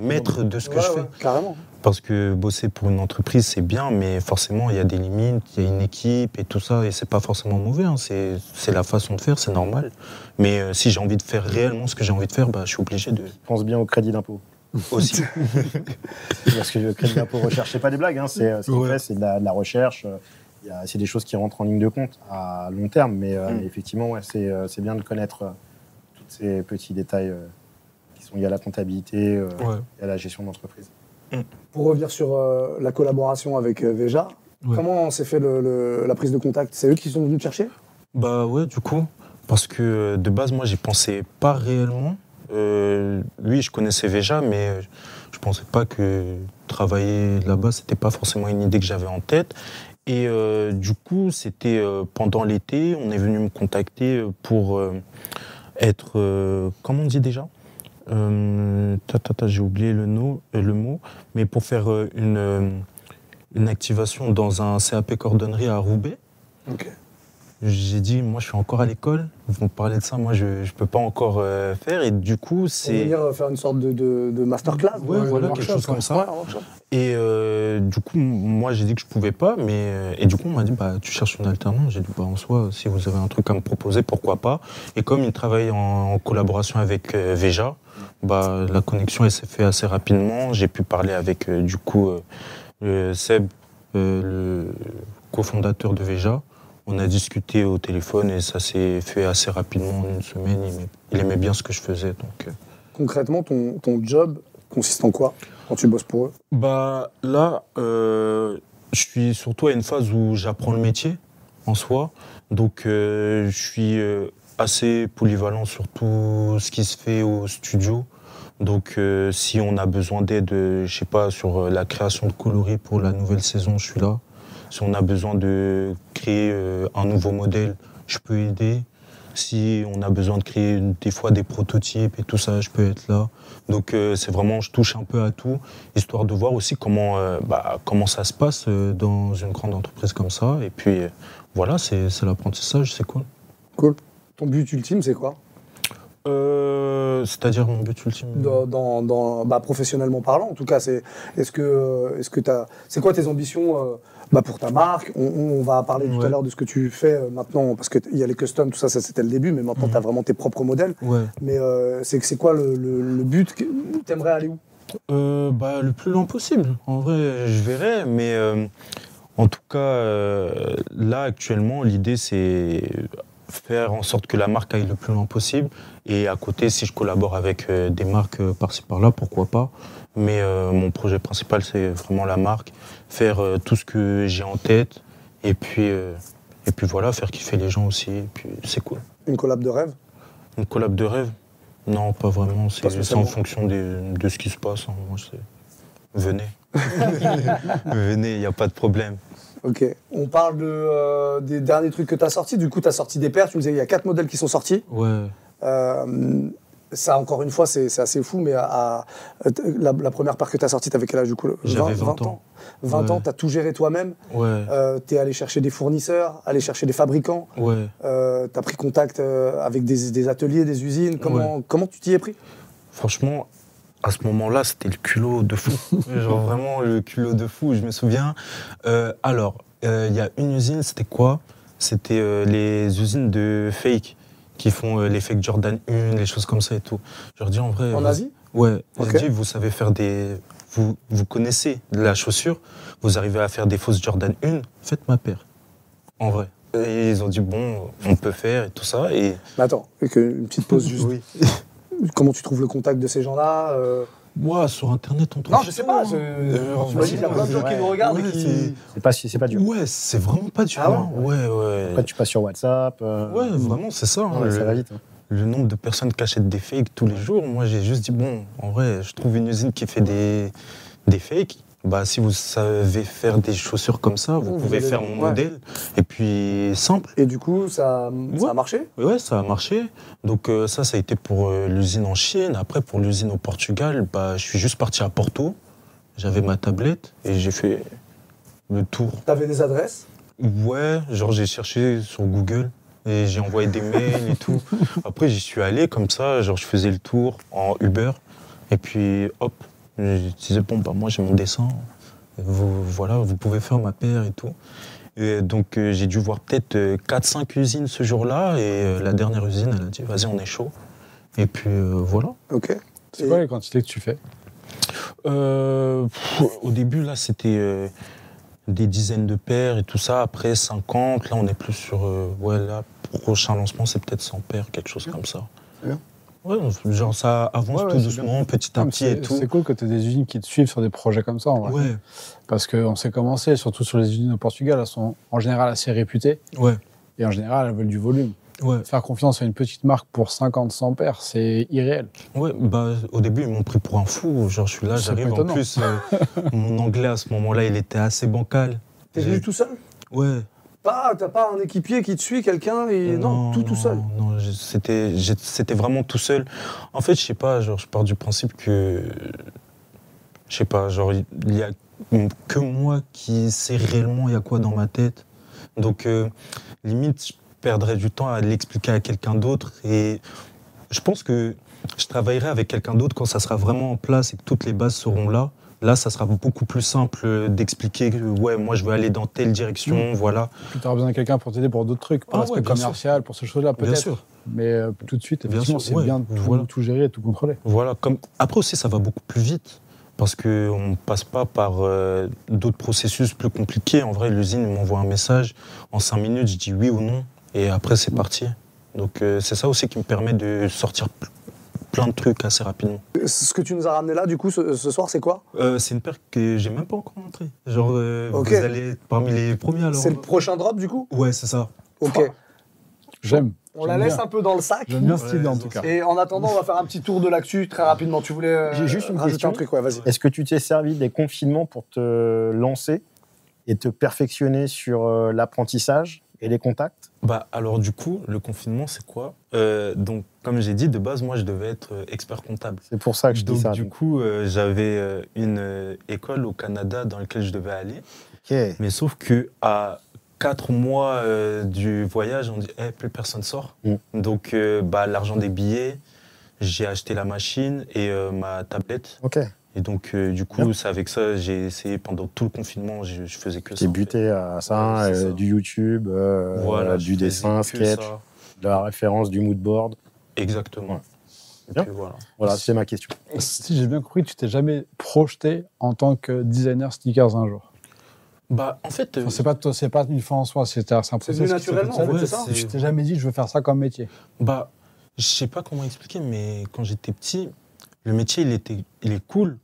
Speaker 4: maître de ce que
Speaker 1: Ouais,
Speaker 4: je
Speaker 1: ouais,
Speaker 4: fais.
Speaker 1: Carrément.
Speaker 4: Parce que bosser pour une entreprise c'est bien, mais forcément il y a des limites, il y a une équipe et tout ça, et c'est pas forcément mauvais. hein. C'est c'est la façon de faire, c'est normal. Mais euh, si j'ai envie de faire réellement ce que j'ai envie de faire, bah, je suis obligé de
Speaker 2: Pense bien au crédit d'impôt.
Speaker 4: aussi.
Speaker 2: Parce que le crédit d'impôt recherche, c'est pas des blagues, hein, c'est euh, ce qu'on
Speaker 4: Ouais.
Speaker 2: fait, c'est de la, de la recherche. euh, il y a- C'est des choses qui rentrent en ligne de compte à long terme, mais, euh,
Speaker 4: Mm.
Speaker 2: mais effectivement, ouais, c'est euh, c'est bien de connaître euh, tous ces petits détails euh, qui sont liés à la comptabilité euh,
Speaker 4: Ouais.
Speaker 2: et à la gestion d'entreprise.
Speaker 1: Pour revenir sur euh, la collaboration avec euh, Veja,
Speaker 4: Ouais.
Speaker 1: comment s'est fait le- le- la prise de contact C'est eux qui sont venus te chercher
Speaker 4: Bah ouais, du coup, parce que euh, de base, moi, j'y pensais pas réellement. Euh, oui, je connaissais Veja, mais euh, je pensais pas que travailler là-bas, c'était pas forcément une idée que j'avais en tête. Et euh, du coup, c'était euh, pendant l'été, on est venu me contacter euh, pour euh, être, euh, comment on dit déjà Euh, ta, ta, ta, J'ai oublié le, nom, euh, le mot, mais pour faire euh, une, euh, une activation dans un CAP cordonnerie à Roubaix. J'ai dit, moi je suis encore à l'école, vous me parlez de ça, moi je ne peux pas encore euh, faire. Et du coup,
Speaker 1: Pour
Speaker 4: c'est.
Speaker 1: venir euh, faire une sorte de, de, de masterclass
Speaker 4: Ouais,
Speaker 1: de- de
Speaker 4: voilà, quelque
Speaker 1: workshop,
Speaker 4: chose comme
Speaker 1: ouais.
Speaker 4: ça.
Speaker 1: Ouais, un workshop.
Speaker 4: Et euh, du coup, moi j'ai dit que je pouvais pas, mais. euh, Et du coup, on m'a dit, bah tu cherches une alternance. J'ai dit, bah en soi, si vous avez un truc à me proposer, pourquoi pas. Et comme il travaille en, en collaboration avec euh, Veja, bah, la connexion elle s'est faite assez rapidement. J'ai pu parler avec euh, du coup euh, euh, Seb, euh, le cofondateur de Veja. On a discuté au téléphone et ça s'est fait assez rapidement en une semaine. Il aimait, il aimait bien ce que je faisais. Donc, euh,
Speaker 1: Concrètement, ton, ton job, consiste en quoi quand tu bosses pour eux
Speaker 4: Bah là, euh, je suis surtout à une phase où j'apprends le métier en soi. Donc euh, je suis euh, assez polyvalent sur tout ce qui se fait au studio. Donc euh, si on a besoin d'aide, euh, je sais pas, sur euh, la création de coloris pour la nouvelle saison, je suis là. Si on a besoin de créer euh, un nouveau modèle, je peux aider. Si on a besoin de créer des fois des prototypes et tout ça, je peux être là. Donc euh, c'est vraiment, je touche un peu à tout, histoire de voir aussi comment, euh, bah, comment ça se passe euh, dans une grande entreprise comme ça. Et puis euh, voilà, c'est c'est l'apprentissage, c'est cool.
Speaker 1: Cool. Ton but ultime, c'est quoi
Speaker 4: Euh, C'est-à-dire mon but ultime
Speaker 1: dans, dans- dans- bah, professionnellement parlant en tout cas c'est est-ce que euh, est-ce que t'as- c'est quoi tes ambitions euh, bah, pour ta marque on, on- on va parler tout à
Speaker 4: Ouais.
Speaker 1: l'heure de ce que tu fais euh, maintenant parce que t- il y a les customs tout ça ça c'était le début mais
Speaker 4: Mm.
Speaker 1: maintenant tu as vraiment tes propres modèles
Speaker 4: Ouais.
Speaker 1: mais euh, c'est c'est quoi le, le- le but que- t'aimerais aller où
Speaker 4: Euh, bah, le plus loin possible. En vrai, je verrai, mais euh, en tout cas, euh, là actuellement, l'idée c'est faire en sorte que la marque aille le plus loin possible. Et à côté, si je collabore avec euh, des marques euh, par-ci par-là, pourquoi pas. Mais euh, mon projet principal, c'est vraiment la marque, faire euh, tout ce que j'ai en tête, et puis euh, et puis voilà, faire kiffer les gens aussi. Et puis c'est cool.
Speaker 1: une collab de rêve
Speaker 4: Une collab de rêve Non, pas vraiment. C'est
Speaker 1: Pas
Speaker 4: c'est en
Speaker 1: spécialement.
Speaker 4: fonction des- de ce qui se passe. hein. Moi, c'est- Venez. Venez, il n'y a pas de problème.
Speaker 1: ok on parle de, euh, des derniers trucs que tu as sortis du coup tu as sorti des paires tu me disais il y a quatre modèles qui sont sortis
Speaker 4: Ouais.
Speaker 1: Euh, ça, encore une fois, c'est c'est assez fou, mais à- à- la, la première paire que tu as sortie, t'avais quel âge du coup
Speaker 4: J'avais
Speaker 1: 20
Speaker 4: 20 ans.
Speaker 1: 20 ans,
Speaker 4: Ouais.
Speaker 1: t'as tout géré toi-même.
Speaker 4: Ouais.
Speaker 1: Euh, t'es allé chercher des fournisseurs, allé chercher des fabricants.
Speaker 4: Ouais.
Speaker 1: Euh, t'as pris contact euh, avec des, des ateliers, des usines. Comment, comment tu t'y es pris
Speaker 4: Franchement, à ce moment-là, c'était le culot de fou. Genre vraiment le culot de fou, je me souviens. Euh, alors, euh, il y a une usine, c'était quoi C'était euh, les usines de fake qui font euh, les fake Jordan 1, les choses comme ça et tout. Je leur dis en vrai.
Speaker 1: En
Speaker 4: vous-
Speaker 1: Asie
Speaker 4: Ouais,
Speaker 1: Ok.
Speaker 4: j'ai dit, vous savez faire des. Vous, vous connaissez la chaussure, vous arrivez à faire des fausses Jordan 1, faites ma paire. En vrai. Et ils ont dit, bon, on peut faire et tout ça. Et
Speaker 1: Mais Attends, et que- une petite pause juste.
Speaker 4: Oui.
Speaker 1: Comment tu trouves le contact de ces gens-là euh
Speaker 4: moi, sur Internet, on trouve. Euh,
Speaker 1: Non, je sais pas. je- J'imagine qu'il y a plein de gens qui nous regardent et qui.
Speaker 2: C'est pas, si- c'est pas dur.
Speaker 4: Ouais, c'est vraiment pas dur.
Speaker 1: Ah ouais
Speaker 4: hein. ouais, ouais.
Speaker 2: Après, tu passes sur WhatsApp. euh,
Speaker 4: Ouais, vraiment, c'est ça. hein,
Speaker 2: ouais,
Speaker 4: le-
Speaker 2: ça va vite. hein.
Speaker 4: le nombre de personnes qui achètent des fakes tous les jours, moi j'ai juste dit bon, en vrai, je trouve une usine qui fait des, des fakes. Bah, si vous savez faire des chaussures comme ça, vous,
Speaker 1: Vous
Speaker 4: pouvez
Speaker 1: avez-
Speaker 4: faire mon
Speaker 1: ouais.
Speaker 4: modèle. Et puis simple.
Speaker 1: Et du coup, ça, ça a
Speaker 4: Ouais.
Speaker 1: marché
Speaker 4: Et ouais, ça a marché. Donc euh, ça, ça a été pour euh, l'usine en Chine. Après, pour l'usine au Portugal, bah, je suis juste parti à Porto. J'avais ma tablette et j'ai fait le tour.
Speaker 1: T'avais des adresses
Speaker 4: Ouais, genre j'ai cherché sur Google et j'ai envoyé des mails et tout. Après j'y suis allé comme ça, genre je faisais le tour en Uber et puis hop, je disais bon bah moi j'ai mon dessin, vous, voilà vous pouvez faire ma paire et tout. Et donc euh, j'ai dû voir peut-être 4-5 usines ce jour-là et euh, la dernière usine elle a dit vas-y on est chaud. Et puis euh, voilà.
Speaker 1: Ok.
Speaker 3: C'est
Speaker 1: Et-
Speaker 3: quoi les quantités que tu fais
Speaker 4: Euh, pff, au début, là, c'était euh, des dizaines de paires et tout ça. Après, 50. Là, on est plus sur. euh, ouais, là, prochain lancement, c'est peut-être 100 paires, quelque chose comme ça.
Speaker 1: C'est bien.
Speaker 4: Ouais, on- genre, ça avance
Speaker 3: Ouais, ouais,
Speaker 4: tout
Speaker 3: c'est
Speaker 4: doucement, petit
Speaker 3: Ah,
Speaker 4: à
Speaker 3: mais
Speaker 4: petit et
Speaker 3: C'est
Speaker 4: tout.
Speaker 3: c'est cool que tu des usines qui te suivent sur des projets comme ça. En vrai.
Speaker 4: Ouais,
Speaker 3: Parce qu'on s'est commencé, surtout sur les usines au Portugal, elles sont en général assez réputées
Speaker 4: ouais,
Speaker 3: et en général elles veulent du volume.
Speaker 4: ouais.
Speaker 3: Faire confiance à une petite marque pour 50-100 paires, c'est irréel.
Speaker 4: Ouais, bah, au début, ils m'ont pris pour un fou. Genre, je suis là,
Speaker 3: C'est
Speaker 4: j'arrive.
Speaker 3: pas
Speaker 4: En
Speaker 3: étonnant.
Speaker 4: plus, euh, mon anglais à ce moment-là, il était assez bancal.
Speaker 1: T'es venu tout seul
Speaker 4: Ouais.
Speaker 1: Pas, t'as pas un équipier qui te suit, quelqu'un et non, tout tout seul.
Speaker 4: Euh, Non, non, je- c'était j'ai- c'était vraiment tout seul. En fait, je sais pas, genre je pars du principe que je sais pas, genre il il y a que moi qui sais réellement il y a quoi dans ma tête. Donc euh, limite je perdrais du temps à l'expliquer à quelqu'un d'autre et je pense que je travaillerai avec quelqu'un d'autre quand ça sera vraiment en place et que toutes les bases seront là. Là, ça sera beaucoup plus simple euh, d'expliquer que, ouais, moi je veux aller dans telle
Speaker 1: Mm.
Speaker 4: direction, voilà.
Speaker 3: Tu auras besoin de quelqu'un pour t'aider pour d'autres trucs, pour
Speaker 4: Ah
Speaker 3: l'aspect
Speaker 4: ouais, bien sûr.
Speaker 3: commercial, pour ces choses-là peut-être.
Speaker 4: sûr.
Speaker 3: Mais euh, tout de suite,
Speaker 4: Bien
Speaker 3: effectivement,
Speaker 4: sûr,
Speaker 3: c'est
Speaker 4: ouais,
Speaker 3: bien de tout,
Speaker 4: voilà.
Speaker 3: tout gérer et tout contrôler.
Speaker 4: Voilà, comme après aussi ça va beaucoup plus vite parce que on passe pas par euh, d'autres processus plus compliqués. En vrai, l'usine m'envoie un message en cinq minutes, je dis oui ou non et après c'est parti. Donc euh, c'est ça aussi qui me permet de sortir pl- plein de trucs assez rapidement.
Speaker 1: ce que tu nous as ramené là, du coup, ce, ce soir, c'est quoi
Speaker 4: Euh, c'est une paire que j'ai même pas encore montrée. Genre, euh,
Speaker 1: Ok.
Speaker 4: vous allez être parmi les premiers alors. euh,
Speaker 1: C'est le prochain drop, du coup
Speaker 4: Ouais, c'est ça.
Speaker 1: Ok.
Speaker 3: J'aime.
Speaker 1: On la
Speaker 3: J'aime
Speaker 1: laisse
Speaker 3: bien.
Speaker 1: un peu dans le sac.
Speaker 3: J'aime bien ce
Speaker 4: Ouais,
Speaker 3: style en
Speaker 4: ils
Speaker 3: tout
Speaker 4: ont
Speaker 3: cas.
Speaker 4: ça.
Speaker 1: Et en attendant, on va faire un petit tour de l'actu très rapidement. Tu voulais euh,
Speaker 2: J'ai juste une
Speaker 1: rajouter
Speaker 2: question.
Speaker 1: un truc, ouais, Ah, vas-y.
Speaker 2: Est-ce que tu t'es servi des confinements pour te lancer et te perfectionner sur euh, l'apprentissage et les contacts
Speaker 4: Bah alors du coup, le confinement, c'est quoi Euh, Donc comme j'ai dit, de base, moi, je devais être euh, expert comptable.
Speaker 2: C'est pour ça que je dis
Speaker 4: Donc,
Speaker 2: ça.
Speaker 4: du
Speaker 2: donc.
Speaker 4: coup, euh, j'avais euh, une euh, école au Canada dans laquelle je devais aller.
Speaker 2: Ok.
Speaker 4: Mais sauf que à quatre mois euh, du voyage, on dit Eh, plus personne sort.
Speaker 2: Mm.
Speaker 4: Donc euh, bah, l'argent des billets, j'ai acheté la machine et euh, ma tablette.
Speaker 2: Ok.
Speaker 4: Et donc euh, du coup,
Speaker 2: Bien.
Speaker 4: c'est avec ça, j'ai essayé pendant tout le confinement, je, je faisais que ça.
Speaker 2: T'es
Speaker 4: en fait.
Speaker 2: buté à ça,
Speaker 4: Ouais, c'est
Speaker 2: euh,
Speaker 4: ça.
Speaker 2: du YouTube, euh,
Speaker 4: Voilà, je
Speaker 2: du dessin,
Speaker 4: faisais que
Speaker 2: sketch,
Speaker 4: ça.
Speaker 2: de la référence, du moodboard.
Speaker 4: Exactement.
Speaker 2: Ouais.
Speaker 4: Et
Speaker 2: Bien.
Speaker 4: puis, voilà.
Speaker 2: Voilà, c'est ma question.
Speaker 3: Si j'ai bien compris, tu t'es jamais projeté en tant que designer sneakers un jour.
Speaker 4: Bah en fait, euh,
Speaker 3: Enfin, c'est pas toi- c'est pas une fin en soi, c'est un c'est un
Speaker 1: C'est
Speaker 3: processus.
Speaker 1: venu
Speaker 3: qui s'est fait
Speaker 1: naturellement, en
Speaker 3: de
Speaker 4: ça,
Speaker 1: fait,
Speaker 4: ouais,
Speaker 1: c'est ça
Speaker 4: c'est-
Speaker 3: Je t'ai jamais dit je veux faire ça comme métier.
Speaker 4: Bah, je sais pas comment expliquer, mais quand j'étais petit, le métier, il, était, il est cool,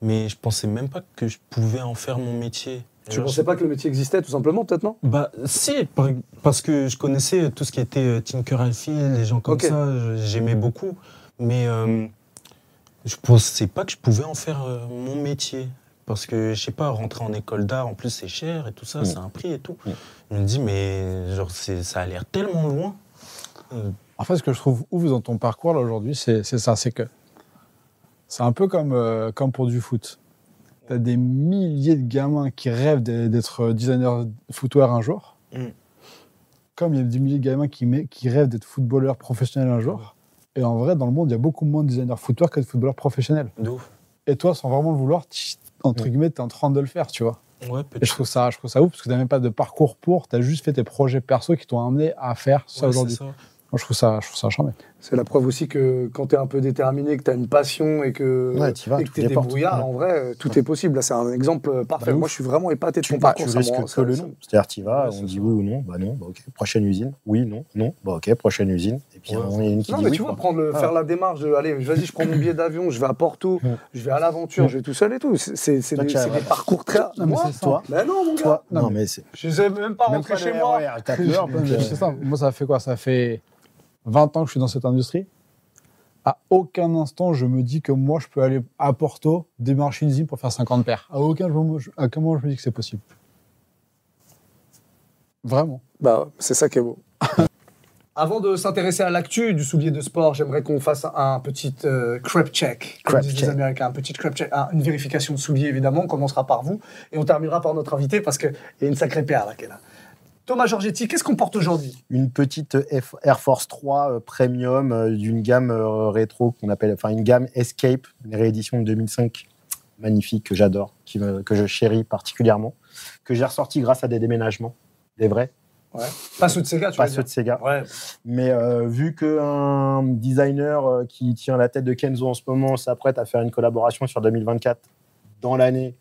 Speaker 4: mais je pensais même pas que je pouvais en faire mon métier.
Speaker 1: Tu
Speaker 4: Genre,
Speaker 1: pensais pas que le métier existait, tout simplement, peut-être, non
Speaker 4: je- Bah, si, par- parce que je connaissais tout ce qui était euh, Tinker Hatfield, les gens comme
Speaker 1: Ok.
Speaker 4: ça, je- j'aimais beaucoup, mais euh, je pensais pas que je pouvais en faire euh, mon métier. Parce que, je sais pas, rentrer en école d'art, en plus, c'est cher et tout ça,
Speaker 2: Mm.
Speaker 4: c'est un prix et tout.
Speaker 2: Mm.
Speaker 4: Je me dis, mais genre, c'est- ça a l'air tellement loin. Euh,
Speaker 3: En fait, ce que je trouve ouf dans ton parcours là aujourd'hui, c'est c'est ça, c'est que c'est un peu comme, euh, comme pour du foot. T'as des milliers de gamins qui rêvent d'e- d'être designer footwear un jour.
Speaker 4: Mm.
Speaker 3: Comme il y a des milliers de gamins qui, mé- qui rêvent d'être footballeurs professionnels un jour. Et en vrai, dans le monde, il y a beaucoup moins de designers footwear que de footballeurs professionnels.
Speaker 4: de ouf.
Speaker 3: Et toi, sans vraiment le vouloir, t'y- entre guillemets, t'es en train de le faire, tu vois.
Speaker 4: Ouais,
Speaker 3: Et
Speaker 4: peut-être.
Speaker 3: je trouve ça, je trouve ça ouf parce que t'as même pas de parcours pour, t'as juste fait tes projets perso qui t'ont amené à faire ça
Speaker 4: Ouais, c'est
Speaker 3: aujourd'hui.
Speaker 4: ça.
Speaker 3: Moi, je trouve ça, je trouve ça charmant.
Speaker 1: C'est la preuve aussi que quand t'es un peu déterminé, que t'as une passion et que
Speaker 2: Ouais, t'y vas,
Speaker 1: et que
Speaker 2: tu
Speaker 1: t'es
Speaker 2: les portes.
Speaker 1: débrouillard,
Speaker 2: Ouais.
Speaker 1: en vrai, euh, tout est possible. Là, c'est un exemple euh, parfait.
Speaker 3: Bah, ouf.
Speaker 1: Moi, je suis vraiment épaté de
Speaker 2: Tu,
Speaker 1: ton
Speaker 2: bah,
Speaker 1: parcours.
Speaker 2: tu
Speaker 1: ça me rend-
Speaker 2: risques que
Speaker 1: ça-
Speaker 2: le
Speaker 1: ça-
Speaker 2: nom. C'est-à-dire, tu vas,
Speaker 4: Ouais,
Speaker 2: on
Speaker 4: c'est
Speaker 2: dit
Speaker 4: ça.
Speaker 2: oui ou non, bah non, bah ok, prochaine usine, oui, non, non, bah ok, prochaine usine. Et puis,
Speaker 4: Ouais.
Speaker 2: à un moment, il y en a une qui
Speaker 1: Non,
Speaker 2: dit
Speaker 1: mais
Speaker 2: oui,
Speaker 1: tu vois,
Speaker 2: quoi.
Speaker 1: prendre le-
Speaker 2: Ah.
Speaker 1: faire la démarche de allez, vas-y, je prends mon billet d'avion, je vais à Porto,
Speaker 2: Ouais.
Speaker 1: je vais à l'aventure, je vais tout seul et tout. C'est- C'est c'est
Speaker 2: Toi,
Speaker 1: des,
Speaker 2: tu as-
Speaker 1: c'est des parcours très.
Speaker 3: Non, Ah, mais
Speaker 1: Moi
Speaker 3: c'est ça.
Speaker 2: Toi,
Speaker 1: Ben non, mon gars.
Speaker 2: toi,
Speaker 3: Non,
Speaker 2: non, mais c'est.
Speaker 1: Je sais même pas rentrer
Speaker 2: pas
Speaker 1: chez
Speaker 2: le
Speaker 1: moi.
Speaker 2: RER, t'as peur, donc, euh,
Speaker 3: C'est ça. Moi, ça fait quoi Ça fait 20 ans que je suis dans cette industrie. À aucun instant, je me dis que moi, je peux aller à Porto démarcher une usine pour faire 50 paires. À aucun moment, je, à aucun moment, je me dis que c'est possible. Vraiment.
Speaker 1: Bah, c'est ça qui est beau. Avant de s'intéresser à l'actu du soulier de sport, j'aimerais qu'on fasse un petit euh, crep check, comme
Speaker 2: Crep
Speaker 1: disent les
Speaker 2: check.
Speaker 1: Américains, un petit crep check, un- une vérification de soulier évidemment. On commencera par vous et on terminera par notre invité parce qu'il y a une sacrée paire là qu'elle a. Thomas Giorgetti, qu'est-ce qu'on porte aujourd'hui
Speaker 2: une petite F- Air Force 3 euh, premium euh, d'une gamme euh, rétro qu'on appelle, enfin une gamme Escape, une réédition de 2005 magnifique que j'adore, qui me- que je chéris particulièrement, que j'ai ressorti grâce à des déménagements, des vrais,
Speaker 1: Pas ceux de Sega, tu
Speaker 2: pas
Speaker 1: vois.
Speaker 2: ceux de Sega.
Speaker 1: Ouais,
Speaker 2: Mais euh, vu qu'un designer euh, qui tient la tête de Kenzo en ce moment s'apprête à faire une collaboration sur 2024 dans l'année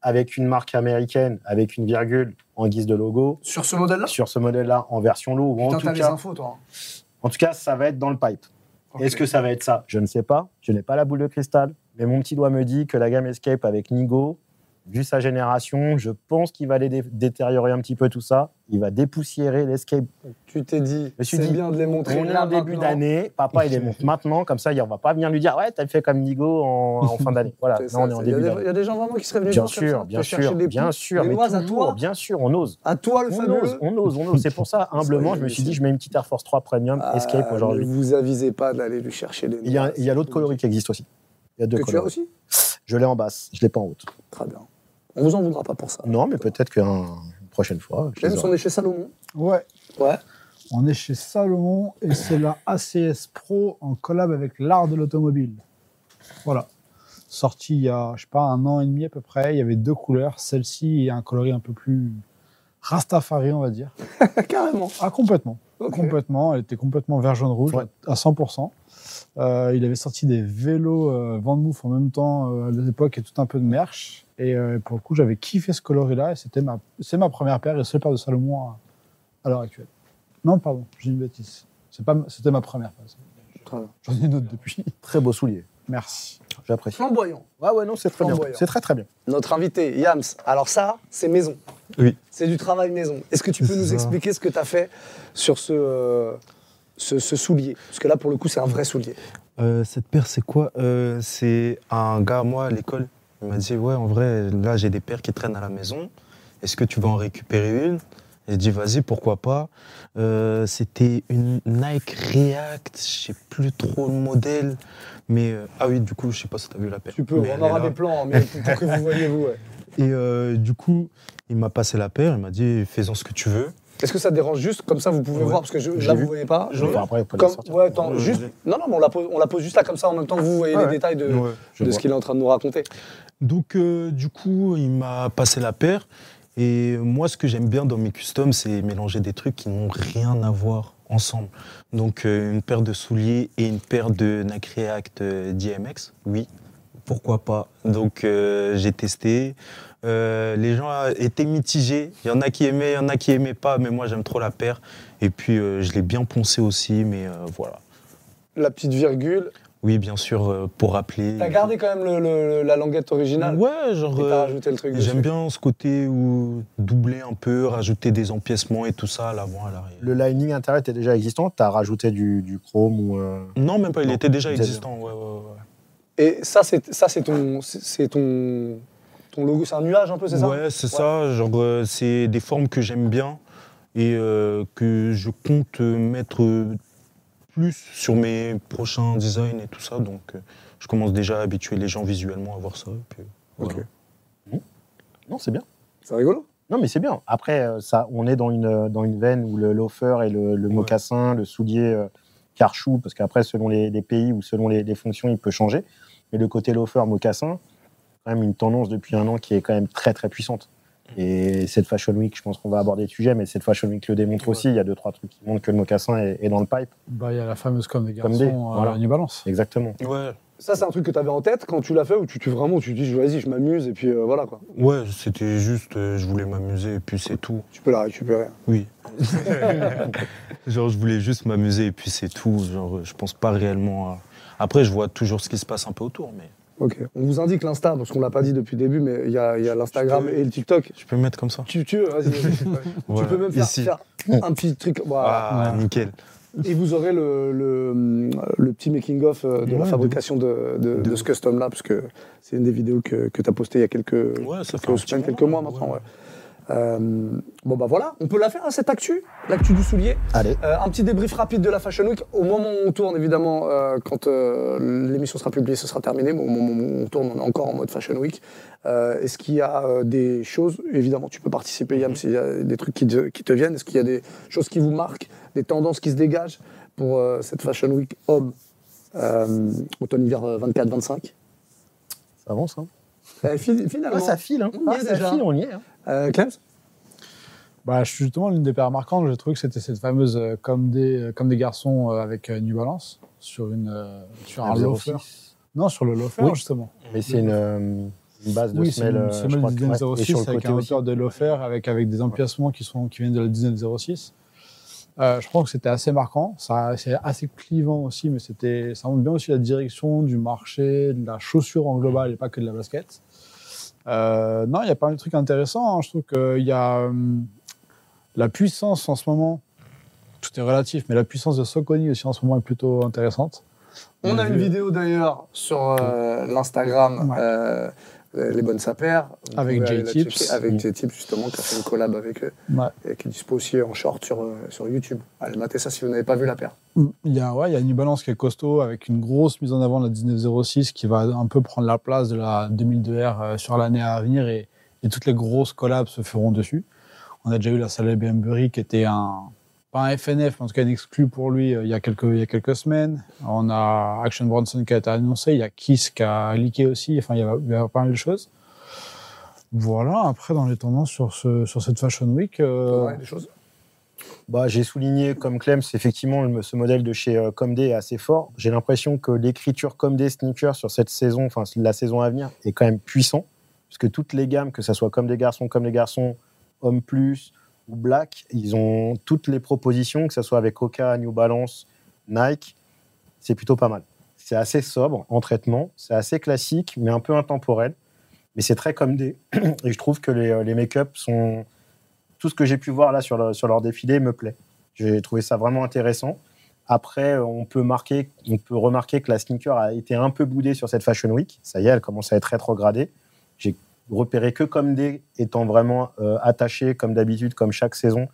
Speaker 2: avec une marque américaine, avec une virgule en guise de logo,
Speaker 1: sur ce modèle-là.
Speaker 2: sur ce modèle-là en version low, ou en
Speaker 1: Putain,
Speaker 2: tout
Speaker 1: t'as les
Speaker 2: cas
Speaker 1: infos, toi. hein.
Speaker 2: en tout cas, ça va être dans le pipe.
Speaker 1: Ok.
Speaker 2: Est-ce que ça va être ça Je ne sais pas. Je n'ai pas la boule de cristal. Mais mon petit doigt me dit que la gamme Escape avec Nigo, vu sa génération, je pense qu'il va aller dé- détériorer un petit peu tout ça. Il va dépoussiérer l'Escape.
Speaker 1: tu t'es dit
Speaker 2: me suis
Speaker 1: C'est
Speaker 2: dit,
Speaker 1: bien de les montrer.
Speaker 2: On est
Speaker 1: là,
Speaker 2: en début
Speaker 1: maintenant.
Speaker 2: d'année. Papa, il les monte maintenant. Comme ça, on va pas venir lui dire Ouais, t'as fait comme Nigo en, en fin d'année. Voilà,
Speaker 1: C'est
Speaker 2: là,
Speaker 1: ça,
Speaker 2: on est
Speaker 1: c'est-
Speaker 2: en
Speaker 1: il y a
Speaker 2: début
Speaker 1: des-
Speaker 2: d'année.
Speaker 1: Il y a des gens vraiment qui seraient venus
Speaker 2: Bien
Speaker 1: voir comme ça,
Speaker 2: sûr, bien
Speaker 1: te chercher
Speaker 2: sûr,
Speaker 1: des
Speaker 2: bien
Speaker 1: poux,
Speaker 2: sûr.
Speaker 1: des
Speaker 2: Mais
Speaker 1: noises à
Speaker 2: toujours,
Speaker 1: toi,
Speaker 2: bien sûr, on ose.
Speaker 1: à toi le
Speaker 2: On
Speaker 1: fameux.
Speaker 2: ose, on ose, on ose. C'est pour ça, humblement, je me suis dit, je mets une petite Air Force 3 Premium
Speaker 1: Ah,
Speaker 2: Escape aujourd'hui.
Speaker 1: Ne vous avisez pas d'aller lui chercher des
Speaker 2: Il y a,
Speaker 1: noises.
Speaker 2: il y a l'autre coloris qui existe aussi. Il y a deux
Speaker 1: Que tu as
Speaker 2: coloris.
Speaker 1: aussi
Speaker 2: Je l'ai en basse, je l'ai pas en haute.
Speaker 1: Très bien. On vous en voudra pas pour ça.
Speaker 2: Non, mais peut-être qu'une prochaine fois. je les
Speaker 1: Même si
Speaker 2: aurai.
Speaker 1: on est chez Salomon.
Speaker 3: Ouais.
Speaker 1: Ouais.
Speaker 3: On est chez Salomon et c'est la ACS Pro en collab avec l'art de l'automobile. Voilà. Sorti il y a, je sais pas, un an et demi à peu près. Il y avait deux couleurs. Celle-ci et un coloris un peu plus rastafari, on va dire.
Speaker 1: Carrément.
Speaker 3: Ah, complètement.
Speaker 1: Ok.
Speaker 3: Complètement. Elle était complètement vert, jaune, rouge
Speaker 2: Ouais.
Speaker 3: à 100%. Euh, il avait sorti des vélos euh, Van Moof en même temps euh, à l'époque et tout un peu de merch. Et euh, pour le coup, j'avais kiffé ce coloris-là et c'était ma, c'est ma première paire et seule paire de Salomon à, à l'heure actuelle. Non, pardon, j'ai une bêtise. C'est pas, ma- c'était ma première paire.
Speaker 1: Très bien.
Speaker 3: J'en ai une autre depuis.
Speaker 2: Très beau soulier.
Speaker 3: Merci.
Speaker 2: J'apprécie.
Speaker 1: Flamboyant.
Speaker 2: Ah Ouais, ouais, non, c'est très bien.
Speaker 1: Flamboyant.
Speaker 2: C'est très, très bien.
Speaker 1: Notre invité, Yams. Alors ça, c'est maison.
Speaker 4: Oui.
Speaker 1: C'est du travail maison. Est-ce que tu peux
Speaker 4: C'est
Speaker 1: nous
Speaker 4: ça.
Speaker 1: expliquer ce que tu as fait sur ce, euh, ce, ce soulier Parce que là, pour le coup, c'est un vrai soulier.
Speaker 4: Euh, cette paire, c'est quoi Euh, C'est un gars, moi, à l'école, il m'a dit Ouais, en vrai, là, j'ai des paires qui traînent à la maison. Est-ce que tu vas en récupérer une J'ai dit Vas-y, pourquoi pas Euh, C'était une Nike React, je sais plus trop le modèle. Mais. euh, ah oui, du coup, je sais pas si tu as vu la paire.
Speaker 1: Tu peux,
Speaker 4: Mais elle
Speaker 1: on
Speaker 4: est
Speaker 1: aura
Speaker 4: là.
Speaker 1: des plans, mais pour que vous voyez, vous. ouais.
Speaker 4: Et euh, du coup, il m'a passé la paire, il m'a dit Fais-en ce que tu veux.
Speaker 1: Est-ce que ça dérange juste Comme ça, vous pouvez
Speaker 4: Ouais.
Speaker 1: voir, parce que je,
Speaker 4: J'ai
Speaker 1: là,
Speaker 4: vu.
Speaker 1: vous voyez pas.
Speaker 4: Je-
Speaker 2: Enfin, après, vous pouvez la
Speaker 1: Comme-
Speaker 2: sortir.
Speaker 1: ouais, attends,
Speaker 4: Ouais,
Speaker 1: juste.
Speaker 4: je l'ai.
Speaker 1: Non, non, mais on la, pose, on la pose juste là comme ça en même temps que vous voyez
Speaker 4: Ouais,
Speaker 1: les
Speaker 4: ouais.
Speaker 1: détails de,
Speaker 4: Ouais.
Speaker 2: Je
Speaker 1: de ce
Speaker 2: vois.
Speaker 1: qu'il est en train de nous raconter.
Speaker 4: Donc, euh, du coup, il m'a passé la paire. Et moi, ce que j'aime bien dans mes customs, c'est mélanger des trucs qui n'ont rien à voir ensemble. Donc, euh, une paire de souliers et une paire de Nike React euh, DMX, oui, pourquoi pas. Donc, euh, j'ai testé. Euh, les gens euh, étaient mitigés. Il y en a qui aimaient, il y en a qui aimaient pas, mais moi, j'aime trop la paire. Et puis, euh, je l'ai bien poncé aussi, mais euh, voilà.
Speaker 1: La petite virgule.
Speaker 4: Oui, bien sûr, euh, pour rappeler.
Speaker 1: T'as gardé quand même le- le- la languette originale
Speaker 4: Ouais, genre.
Speaker 1: et
Speaker 4: euh,
Speaker 1: t'as rajouté le truc.
Speaker 4: et
Speaker 1: dessus.
Speaker 4: J'aime bien ce côté où doubler un peu, rajouter des empiècements et tout ça à l'avant, à l'arrière.
Speaker 2: Le lining intérieur était déjà existant. Tu as rajouté du, du chrome ou. euh,
Speaker 4: Non, même pas, il
Speaker 2: Non,
Speaker 4: était déjà
Speaker 2: vous avez-
Speaker 4: existant. ouais, ouais, ouais.
Speaker 1: Et ça, c'est ça, c'est ton, c'est- c'est ton, ton logo, c'est un nuage un peu, c'est ça
Speaker 4: Ouais, c'est ça. Genre, euh, c'est des formes que j'aime bien et euh, que je compte euh, mettre euh, plus sur mes prochains designs et tout ça. Donc, euh, je commence déjà à habituer les gens visuellement à voir ça. et puis, voilà.
Speaker 1: Ok.
Speaker 2: Non, c'est bien.
Speaker 1: C'est rigolo.
Speaker 2: Non, mais c'est bien. Après, euh, ça, on est dans une, euh, dans une veine où le loafer et le, le mocassin, le soulier euh, carchou, parce qu'après, selon les, les pays ou selon les, les fonctions, il peut changer. Mais le côté loafer, mocassin, quand même une tendance depuis un an qui est quand même très, très puissante. Et cette Fashion Week, je pense qu'on va aborder le sujet, mais cette Fashion Week le démontre
Speaker 4: Ouais.
Speaker 2: aussi. Il y a deux, trois trucs qui montrent que le mocassin est, est dans le pipe.
Speaker 3: Bah, il y a la fameuse com des
Speaker 2: Comme
Speaker 3: garçons
Speaker 2: des,
Speaker 3: euh,
Speaker 2: voilà.
Speaker 3: New Balance.
Speaker 2: Exactement.
Speaker 4: Ouais,
Speaker 1: Ça, c'est un truc que t'avais en tête quand tu l'as fait, où tu, tu vraiment, tu te dis, vas-y, je m'amuse, et puis euh, voilà quoi.
Speaker 4: ouais c'était juste, euh, je voulais m'amuser et puis c'est tout.
Speaker 1: Tu peux la récupérer.
Speaker 4: Oui. genre, je voulais juste m'amuser et puis c'est tout. Genre, je pense pas réellement à. Après, je vois toujours ce qui se passe un peu autour, mais
Speaker 1: Ok. On vous indique l'Insta, parce qu'on l'a pas dit depuis le début, mais il y a, il y a l'Instagram
Speaker 4: peux-
Speaker 1: et le TikTok.
Speaker 4: je peux me mettre comme ça.
Speaker 1: Tu, tu, vas-y, vas-y.
Speaker 4: Voilà,
Speaker 1: tu peux même faire,
Speaker 4: ici.
Speaker 1: faire un petit truc. voilà.
Speaker 4: Ah,
Speaker 3: Ouais.
Speaker 4: nickel.
Speaker 1: Et vous aurez le, le, le petit making-of de la
Speaker 4: Ouais,
Speaker 1: fabrication de, de, de ce custom-là, parce que c'est une des vidéos que, que tu as postées il y a quelques,
Speaker 4: Ouais, ça fait
Speaker 1: quelques
Speaker 4: un
Speaker 1: semaines,
Speaker 4: petit
Speaker 1: quelques mois
Speaker 4: moment,
Speaker 1: maintenant.
Speaker 4: ouais.
Speaker 1: ouais. Euh, bon, bah voilà, on peut la faire, hein, cette actu, l'actu du soulier.
Speaker 2: Allez.
Speaker 1: Euh, un petit débrief rapide de la Fashion Week. Au moment où on tourne, évidemment, euh, quand euh, l'émission sera publiée, ce sera terminé. Mais au moment où on tourne, on est encore en mode Fashion Week. Euh, Est-ce qu'il y a euh, des choses Évidemment, tu peux participer,
Speaker 2: Mhm.
Speaker 1: Yam, s'il y a des trucs qui te, qui te viennent. Est-ce qu'il y a des choses qui vous marquent, des tendances qui se dégagent pour euh, cette Fashion Week homme euh, automne-hiver euh, 24-25
Speaker 2: Ça avance, hein.
Speaker 1: Euh, fi- Finalement,
Speaker 2: Ah, ça file, hein.
Speaker 1: On y est
Speaker 2: Ah, ça
Speaker 1: déjà.
Speaker 2: file, on y est. hein.
Speaker 1: Euh, Clems
Speaker 3: Bah, justement, l'une des paires marquantes, j'ai trouvé que c'était cette fameuse euh, com des, euh, com des garçons euh, avec euh, New Balance sur, une, euh, sur un
Speaker 2: Un
Speaker 3: loafer.
Speaker 2: 06.
Speaker 3: Non, sur le loafer,
Speaker 2: Oui.
Speaker 3: justement.
Speaker 2: Mais c'est une, euh, une base de
Speaker 3: oui, c'est
Speaker 2: semelle.
Speaker 3: une
Speaker 2: euh, je
Speaker 3: semelle
Speaker 2: crois que- ouais. Et
Speaker 3: 06
Speaker 2: sur le
Speaker 3: avec
Speaker 2: côté
Speaker 3: un
Speaker 2: aussi.
Speaker 3: hauteur de loafer, avec, avec des empiècements qui, sont, qui viennent de la 1906. Euh, je crois que c'était assez marquant. Ça- C'est assez clivant aussi, mais c'était, ça montre bien aussi la direction du marché, de la chaussure en global et pas que de la basket. Euh, non, il y a pas mal de trucs intéressants. hein. Je trouve qu'il y a euh, la puissance en ce moment. Tout est relatif, mais la puissance de Soconi aussi en ce moment est plutôt intéressante.
Speaker 1: On a
Speaker 3: Oui.
Speaker 1: une vidéo d'ailleurs sur euh, l'Instagram
Speaker 3: Ouais.
Speaker 1: euh, euh, Les Bonnes Sapères. Vous
Speaker 3: Avec
Speaker 1: pouvez aller
Speaker 3: Jay
Speaker 1: la checker.
Speaker 3: Tips.
Speaker 1: Avec
Speaker 2: Mm.
Speaker 1: Jay Tips, justement, qui a fait une collab avec eux
Speaker 3: Ouais.
Speaker 1: et qui est dispo aussi en short sur, euh, sur YouTube. Allez, matez ça si vous n'avez pas vu la paire.
Speaker 3: Il y, a, ouais, il y a New Balance qui est costaud avec une grosse mise en avant de la 1906 qui va un peu prendre la place de la 2002R euh, sur l'année à venir et, et toutes les grosses collabs se feront dessus. On a déjà eu la Salé Bembury qui était un, pas un FNF, mais en tout cas une exclue pour lui euh, il, y a quelques, il y a quelques semaines. On a Action Bronson qui a été annoncé, il y a Kiss qui a leaké aussi, enfin il y a, il y a pas mal de choses. Voilà, après dans les tendances sur, ce, sur cette Fashion Week, euh,
Speaker 1: Ouais, des choses.
Speaker 2: Bah, j'ai souligné comme Clem, c'est effectivement le- ce modèle de chez euh, Comdé est assez fort. J'ai l'impression que l'écriture Comdé sneaker sur cette saison, enfin la saison à venir, est quand même puissant, puisque toutes les gammes, que ce soit comme des garçons, comme les garçons, hommes plus ou black, ils ont toutes les propositions, que ce soit avec Coca, New Balance, Nike, c'est plutôt pas mal. C'est assez sobre en traitement, c'est assez classique, mais un peu intemporel. Mais c'est très comme des. Et je trouve que les, les make-up sont. Tout ce que j'ai pu voir là sur, le- sur leur défilé me plaît. J'ai trouvé ça vraiment intéressant. Après, on peut, marquer, on peut remarquer que la sneaker a été un peu boudée sur cette Fashion Week. Ça y est, elle commence à être rétrogradée. J'ai repéré que comme des étant vraiment euh, attaché, comme d'habitude, comme chaque saison,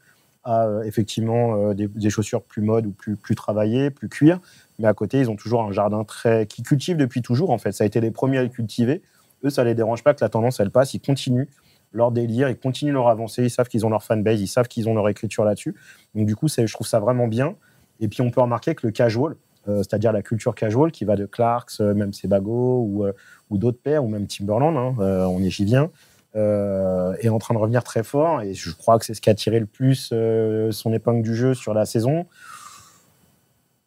Speaker 2: à euh, effectivement euh, des, des chaussures plus mode ou plus, plus travaillées, plus cuir. Mais à côté, ils ont toujours un jardin très. qui cultivent depuis toujours, en fait. Ça a été les premiers à le cultiver. Eux, ça les dérange pas que la tendance, elle passe. Ils continuent leur délire, ils continuent leur avancée. Ils savent qu'ils ont leur fanbase, ils savent qu'ils ont leur écriture là-dessus. Donc, du coup, c'est- je trouve ça vraiment bien. Et puis, on peut remarquer que le casual, euh, c'est-à-dire la culture casual qui va de Clarks, euh, même Sebago ou, euh, ou d'autres pairs, ou même Timberland, hein, euh, on y j'y vient, euh, est en train de revenir très fort. Et je crois que c'est ce qui a tiré le plus euh, son épingle du jeu sur la saison.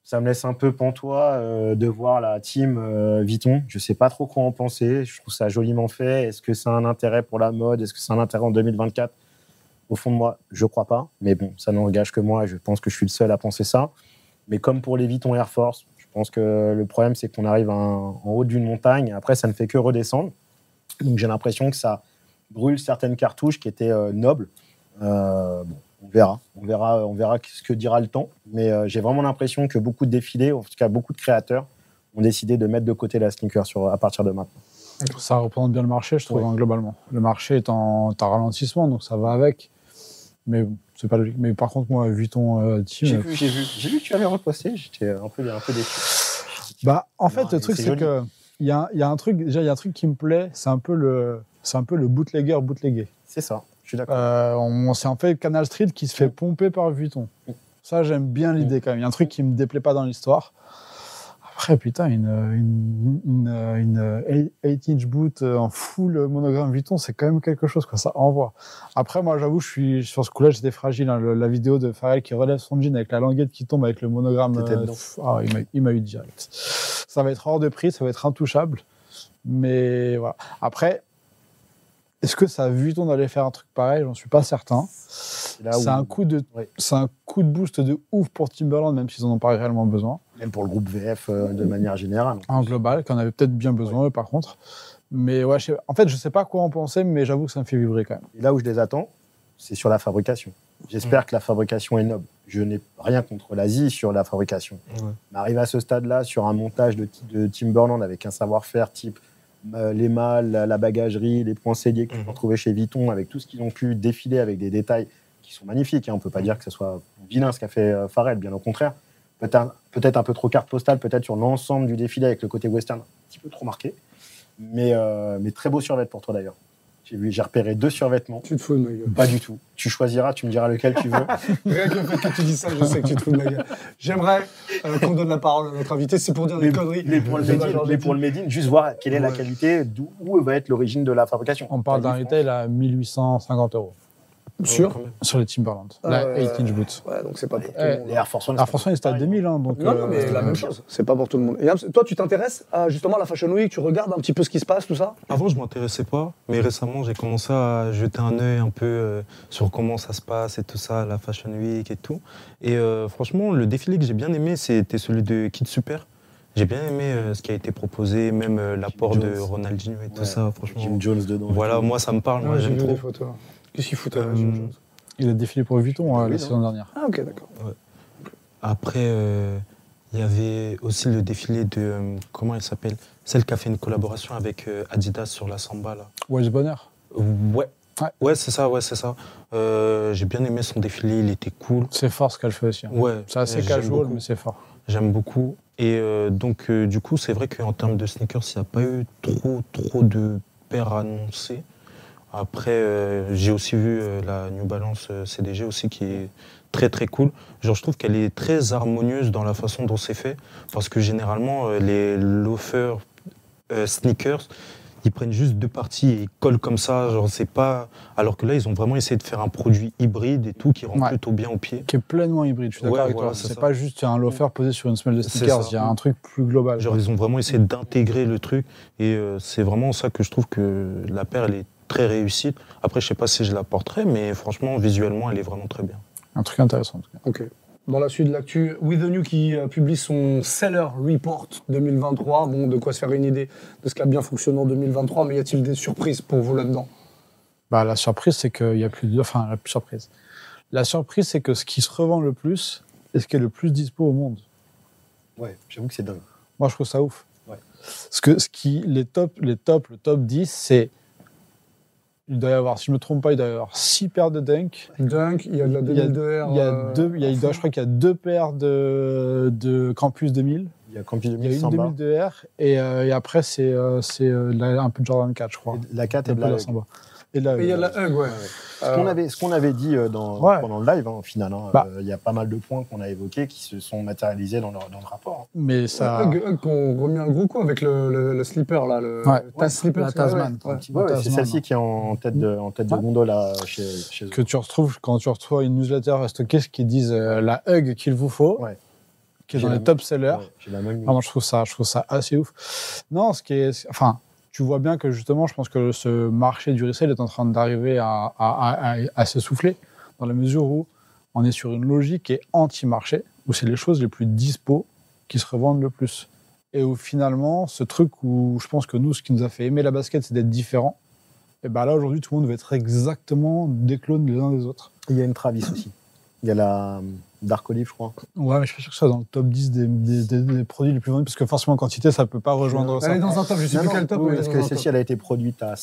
Speaker 2: Ça me laisse un peu pantois euh, de voir la team euh, Viton. Je sais pas trop quoi en penser. Je trouve ça joliment fait. Est-ce que c'est un intérêt pour la mode Est-ce que c'est un intérêt en 2024 Au fond de moi, je crois pas. Mais bon, ça n'engage que moi. Je pense que je suis le seul à penser ça. Mais comme pour les Viton Air Force, je pense que le problème, c'est qu'on arrive à un- en haut d'une montagne. Après, ça ne fait que redescendre. Donc j'ai l'impression que ça brûle certaines cartouches qui étaient euh, nobles. Euh, bon, on verra, on verra, on verra ce que dira le temps. Mais euh, j'ai vraiment l'impression que beaucoup de défilés, en tout cas beaucoup de créateurs, ont décidé de mettre de côté la sneaker sur, à partir de maintenant.
Speaker 3: Ça représente bien le marché, je trouve,
Speaker 2: Oui.
Speaker 3: hein, globalement. Le marché est en, est en ralentissement, donc ça va avec. Mais bon, c'est pas logique. Mais par contre, moi, Vuitton euh, Team.
Speaker 2: vu, j'ai vu, j'ai vu que tu avais reposté. J'étais un peu, un peu déçu.
Speaker 3: Bah, en fait,
Speaker 2: Non,
Speaker 3: le truc,
Speaker 2: c'est
Speaker 3: c'est
Speaker 2: joli.
Speaker 3: que. Il y a, il y a un truc, déjà, il y a un truc qui me plaît, c'est un peu le, c'est un peu le bootlegger bootlegué.
Speaker 2: C'est ça. Je suis d'accord.
Speaker 3: Euh, on c'est en fait Canal Street qui se
Speaker 2: Mm.
Speaker 3: fait pomper par Vuitton. Ça, j'aime bien l'idée quand même. Il y a un truc qui me déplaît pas dans l'histoire. Après, putain, une, une, une, une 8-inch boot en full monogramme Vuitton, c'est quand même quelque chose, quoi. Ça envoie. Après, moi, j'avoue, je suis sur ce coup-là, j'étais fragile. hein. Le- la vidéo de Pharrell qui relève son jean avec la languette qui tombe avec le monogramme.
Speaker 2: T'étais dedans.
Speaker 3: pff, ah, il m'a- il m'a eu direct. Ça va être hors de prix, ça va être intouchable. Mais voilà. Après, est-ce que ça a Vuitton d'aller faire un truc pareil J'en suis pas certain.
Speaker 2: C'est là
Speaker 3: C'est
Speaker 2: où-
Speaker 3: un coup de,
Speaker 2: Ouais.
Speaker 3: c'est un coup de boost de ouf pour Timberland, même s'ils en ont pas réellement besoin.
Speaker 2: Même pour le groupe VF euh, de manière générale.
Speaker 3: En global, qu'on avait peut-être bien besoin eux, par contre. Mais ouais, je sais- en fait, je sais pas quoi en penser, mais j'avoue que ça me fait vibrer quand même.
Speaker 2: Et là où je les attends, c'est sur la fabrication. J'espère que la fabrication est noble. Je n'ai rien contre l'Asie sur la fabrication.
Speaker 4: Ouais.
Speaker 2: Mais arriver à ce stade-là, sur un montage de, ti- de Timberland avec un savoir-faire type euh, les mâles, la, la bagagerie, les points celliers que tu peux
Speaker 4: Mhm.
Speaker 2: retrouver chez Vuitton, avec tout ce qu'ils ont pu défiler avec des détails qui sont magnifiques. hein. On ne peut pas dire que ce soit vilain ce qu'a fait euh, Pharrell, bien au contraire. Peut-être un- peut-être un peu trop carte postale, peut-être sur l'ensemble du défilé avec le côté western, un petit peu trop marqué. Mais, euh, mais très beau survêt pour toi d'ailleurs. J'ai vu- j'ai repéré deux survêtements.
Speaker 1: Tu te fous de ma gueule.
Speaker 2: Pas du tout. Tu choisiras, tu me diras lequel tu veux.
Speaker 1: Rien que le fait que tu dis ça, je sais que tu te fous de ma gueule. J'aimerais euh, qu'on donne la parole à notre invité, c'est pour dire des conneries.
Speaker 2: mais pour le
Speaker 1: C'est
Speaker 2: Made in-
Speaker 1: pas
Speaker 2: mais pour le Made in, juste voir quelle est la
Speaker 1: Ouais.
Speaker 2: qualité, d'où où va être l'origine de la fabrication.
Speaker 3: On parle d'un retail à 1850 euros
Speaker 1: Sûr
Speaker 4: quand même.
Speaker 3: sur les Timberland,
Speaker 1: Ah
Speaker 3: la
Speaker 1: ouais.
Speaker 3: 8-inch boot.
Speaker 1: Ouais, donc c'est pas pour tout
Speaker 3: Eh,
Speaker 1: le monde.
Speaker 2: Les Air Force One,
Speaker 3: Ah,
Speaker 2: c'est
Speaker 3: François, il était à 2000, hein, donc.
Speaker 1: Non, non, mais
Speaker 3: euh,
Speaker 1: la même chose. C'est pas pour tout le monde. Et Hams, toi, tu t'intéresses à, justement à la Fashion Week, tu regardes un petit peu ce qui se passe, tout ça
Speaker 4: Avant, je m'intéressais pas, mais récemment, j'ai commencé à jeter un œil un peu euh, sur comment ça se passe et tout ça, la Fashion Week et tout. Et euh, franchement, le défilé que j'ai bien aimé, c'était celui de Kid Super. J'ai bien aimé euh, ce qui a été proposé, même euh, l'apport
Speaker 2: Jim
Speaker 4: de
Speaker 2: Jones.
Speaker 4: Ronaldinho et tout
Speaker 2: Ouais.
Speaker 4: ça,
Speaker 2: pas-
Speaker 4: franchement.
Speaker 2: Jim Jones dedans.
Speaker 4: Voilà, moi, ça me parle, moi, j'aime trop.
Speaker 1: photos. Qu'est-ce qu'il fout
Speaker 4: Euh,
Speaker 3: Il a défilé pour Vuitton euh,
Speaker 2: Oui,
Speaker 3: la
Speaker 2: non.
Speaker 3: saison dernière.
Speaker 1: Ah, ok, d'accord.
Speaker 4: Après, euh, il y avait aussi le défilé de, euh, comment elle s'appelle Celle qui a fait une collaboration avec euh, Adidas sur la Samba, là.
Speaker 3: Wells Bonheur.
Speaker 4: Ouais.
Speaker 3: Ouais.
Speaker 4: Ouais, c'est ça, ouais, c'est ça. Euh, j'ai bien aimé son défilé, il était cool.
Speaker 3: C'est fort ce qu'elle fait aussi. hein.
Speaker 4: Ouais.
Speaker 3: C'est assez
Speaker 4: euh, j'aime
Speaker 3: casual,
Speaker 4: beaucoup.
Speaker 3: mais c'est fort.
Speaker 4: J'aime beaucoup. Et euh, donc, euh, du coup, c'est vrai qu'en termes de sneakers, il n'y a pas eu trop, trop de paires annoncées. Après, euh, j'ai aussi vu euh, la New Balance euh, CDG aussi, qui est très, très cool. Genre, je trouve qu'elle est très harmonieuse dans la façon dont c'est fait. Parce que généralement, euh, les loafers euh, sneakers, ils prennent juste deux parties et ils collent comme ça. Genre, c'est pas... Alors que là, ils ont vraiment essayé de faire un produit hybride et tout, qui rend
Speaker 3: Ouais.
Speaker 4: plutôt bien au pied.
Speaker 3: Qui est pleinement hybride, je suis d'accord
Speaker 4: Ouais,
Speaker 3: avec
Speaker 4: voilà,
Speaker 3: toi.
Speaker 4: c'est
Speaker 3: C'est
Speaker 4: ça.
Speaker 3: pas juste un loafer posé sur une semelle de
Speaker 4: C'est
Speaker 3: sneakers,
Speaker 4: ça.
Speaker 3: il y a un truc plus global.
Speaker 4: Genre, ils ont vraiment essayé
Speaker 2: Mm.
Speaker 4: d'intégrer le truc. Et euh, c'est vraiment ça que je trouve que la paire, elle est très réussie. Après, je sais pas si je la porterai, mais franchement, visuellement, elle est vraiment très bien.
Speaker 3: Un truc intéressant en tout cas.
Speaker 1: Ok. Dans la suite de l'actu, With The New qui euh, publie son Seller Report 2023. Bon, de quoi se faire une idée de ce qui a bien fonctionné en 2023, mais y a-t-il des surprises pour vous là-dedans
Speaker 3: Bah, la surprise, c'est qu'il y a plus de. Enfin, la surprise. La surprise, c'est que ce qui se revend le plus est ce qui est le plus dispo au monde.
Speaker 2: Ouais, j'avoue que c'est dingue.
Speaker 3: Moi, je trouve ça ouf.
Speaker 2: Ouais.
Speaker 3: Ce que, ce qui, les top, les top, le top 10, c'est. Il doit y avoir, si je me trompe pas, il doit y avoir 6 paires de dunk.
Speaker 1: Dunk, il y a de la
Speaker 3: Il y a-
Speaker 1: 2002R.
Speaker 3: il y a
Speaker 1: euh,
Speaker 3: deux, il y a- il doit- je crois qu'il y a deux paires de, de Campus 2000.
Speaker 2: Il y a Campus
Speaker 3: Il y a une
Speaker 2: 2100
Speaker 3: 2002R et, euh, et après, c'est euh, c'est, euh, de la- un peu de Jordan 4, je crois.
Speaker 2: la 4 et
Speaker 3: Un
Speaker 2: de
Speaker 3: peu de
Speaker 2: la
Speaker 3: la Samba. Et de la-
Speaker 1: Et il y a de la Hug, ouais. Euh,
Speaker 2: Ce qu'on avait, ce qu'on avait dit euh, dans,
Speaker 3: Ouais.
Speaker 2: pendant le live, hein, au final, hein,
Speaker 3: Bah.
Speaker 2: euh, il y a pas mal de points qu'on a évoqués qui se sont matérialisés dans le, dans le rapport.
Speaker 3: Mais ça.
Speaker 1: Hug, Hug qu'on remet un gros coup avec le, le, le slipper, là. Le,
Speaker 3: Ouais.
Speaker 1: le Tas slipper,
Speaker 3: La
Speaker 1: c'est- ouais,
Speaker 3: Tasman,
Speaker 1: ouais.
Speaker 3: quoi.
Speaker 1: Ouais.
Speaker 3: Petit
Speaker 2: Ouais, ouais, c'est
Speaker 3: Tasman, hein.
Speaker 2: celle-ci qui est en tête de, en tête de
Speaker 3: Ouais.
Speaker 2: gondole à- chez, chez eux.
Speaker 3: que tu retrouves quand tu reçois une newsletter à stocker ce qui disent euh, la hug qu'il vous faut,
Speaker 2: Ouais.
Speaker 3: qui est
Speaker 2: J'ai
Speaker 3: dans
Speaker 2: la
Speaker 3: les
Speaker 2: même-
Speaker 3: top sellers.
Speaker 2: Ouais, j'ai la même.
Speaker 3: Ah non, je trouve ça, je trouve ça assez ouf. Non, ce qui est, enfin, tu vois bien que justement, je pense que ce marché du resell est en train d'arriver à, à, à, à- à s'essouffler dans la mesure où on est sur une logique qui est anti-marché, où c'est les choses les plus dispo qui se revendent le plus. Et où finalement, ce truc où je pense que nous, ce qui nous a fait aimer la basket, c'est d'être différent. Et ben là, aujourd'hui, tout le monde veut être exactement des clones les uns des autres.
Speaker 2: Il y a une Travis aussi. Il y a la euh, Dark Olive, je crois.
Speaker 3: Ouais, mais je suis pas sûr que ce soit dans le top 10 des, des- des- des produits les plus vendus, parce que forcément, en quantité, ça peut pas rejoindre ça.
Speaker 1: Elle est dans un top, je sais
Speaker 2: Non,
Speaker 1: plus
Speaker 2: non,
Speaker 1: quel top.
Speaker 2: oui,
Speaker 1: mais
Speaker 2: parce
Speaker 1: elle est
Speaker 2: que
Speaker 1: dans un
Speaker 2: celle-ci,
Speaker 1: top.
Speaker 2: elle a été produite à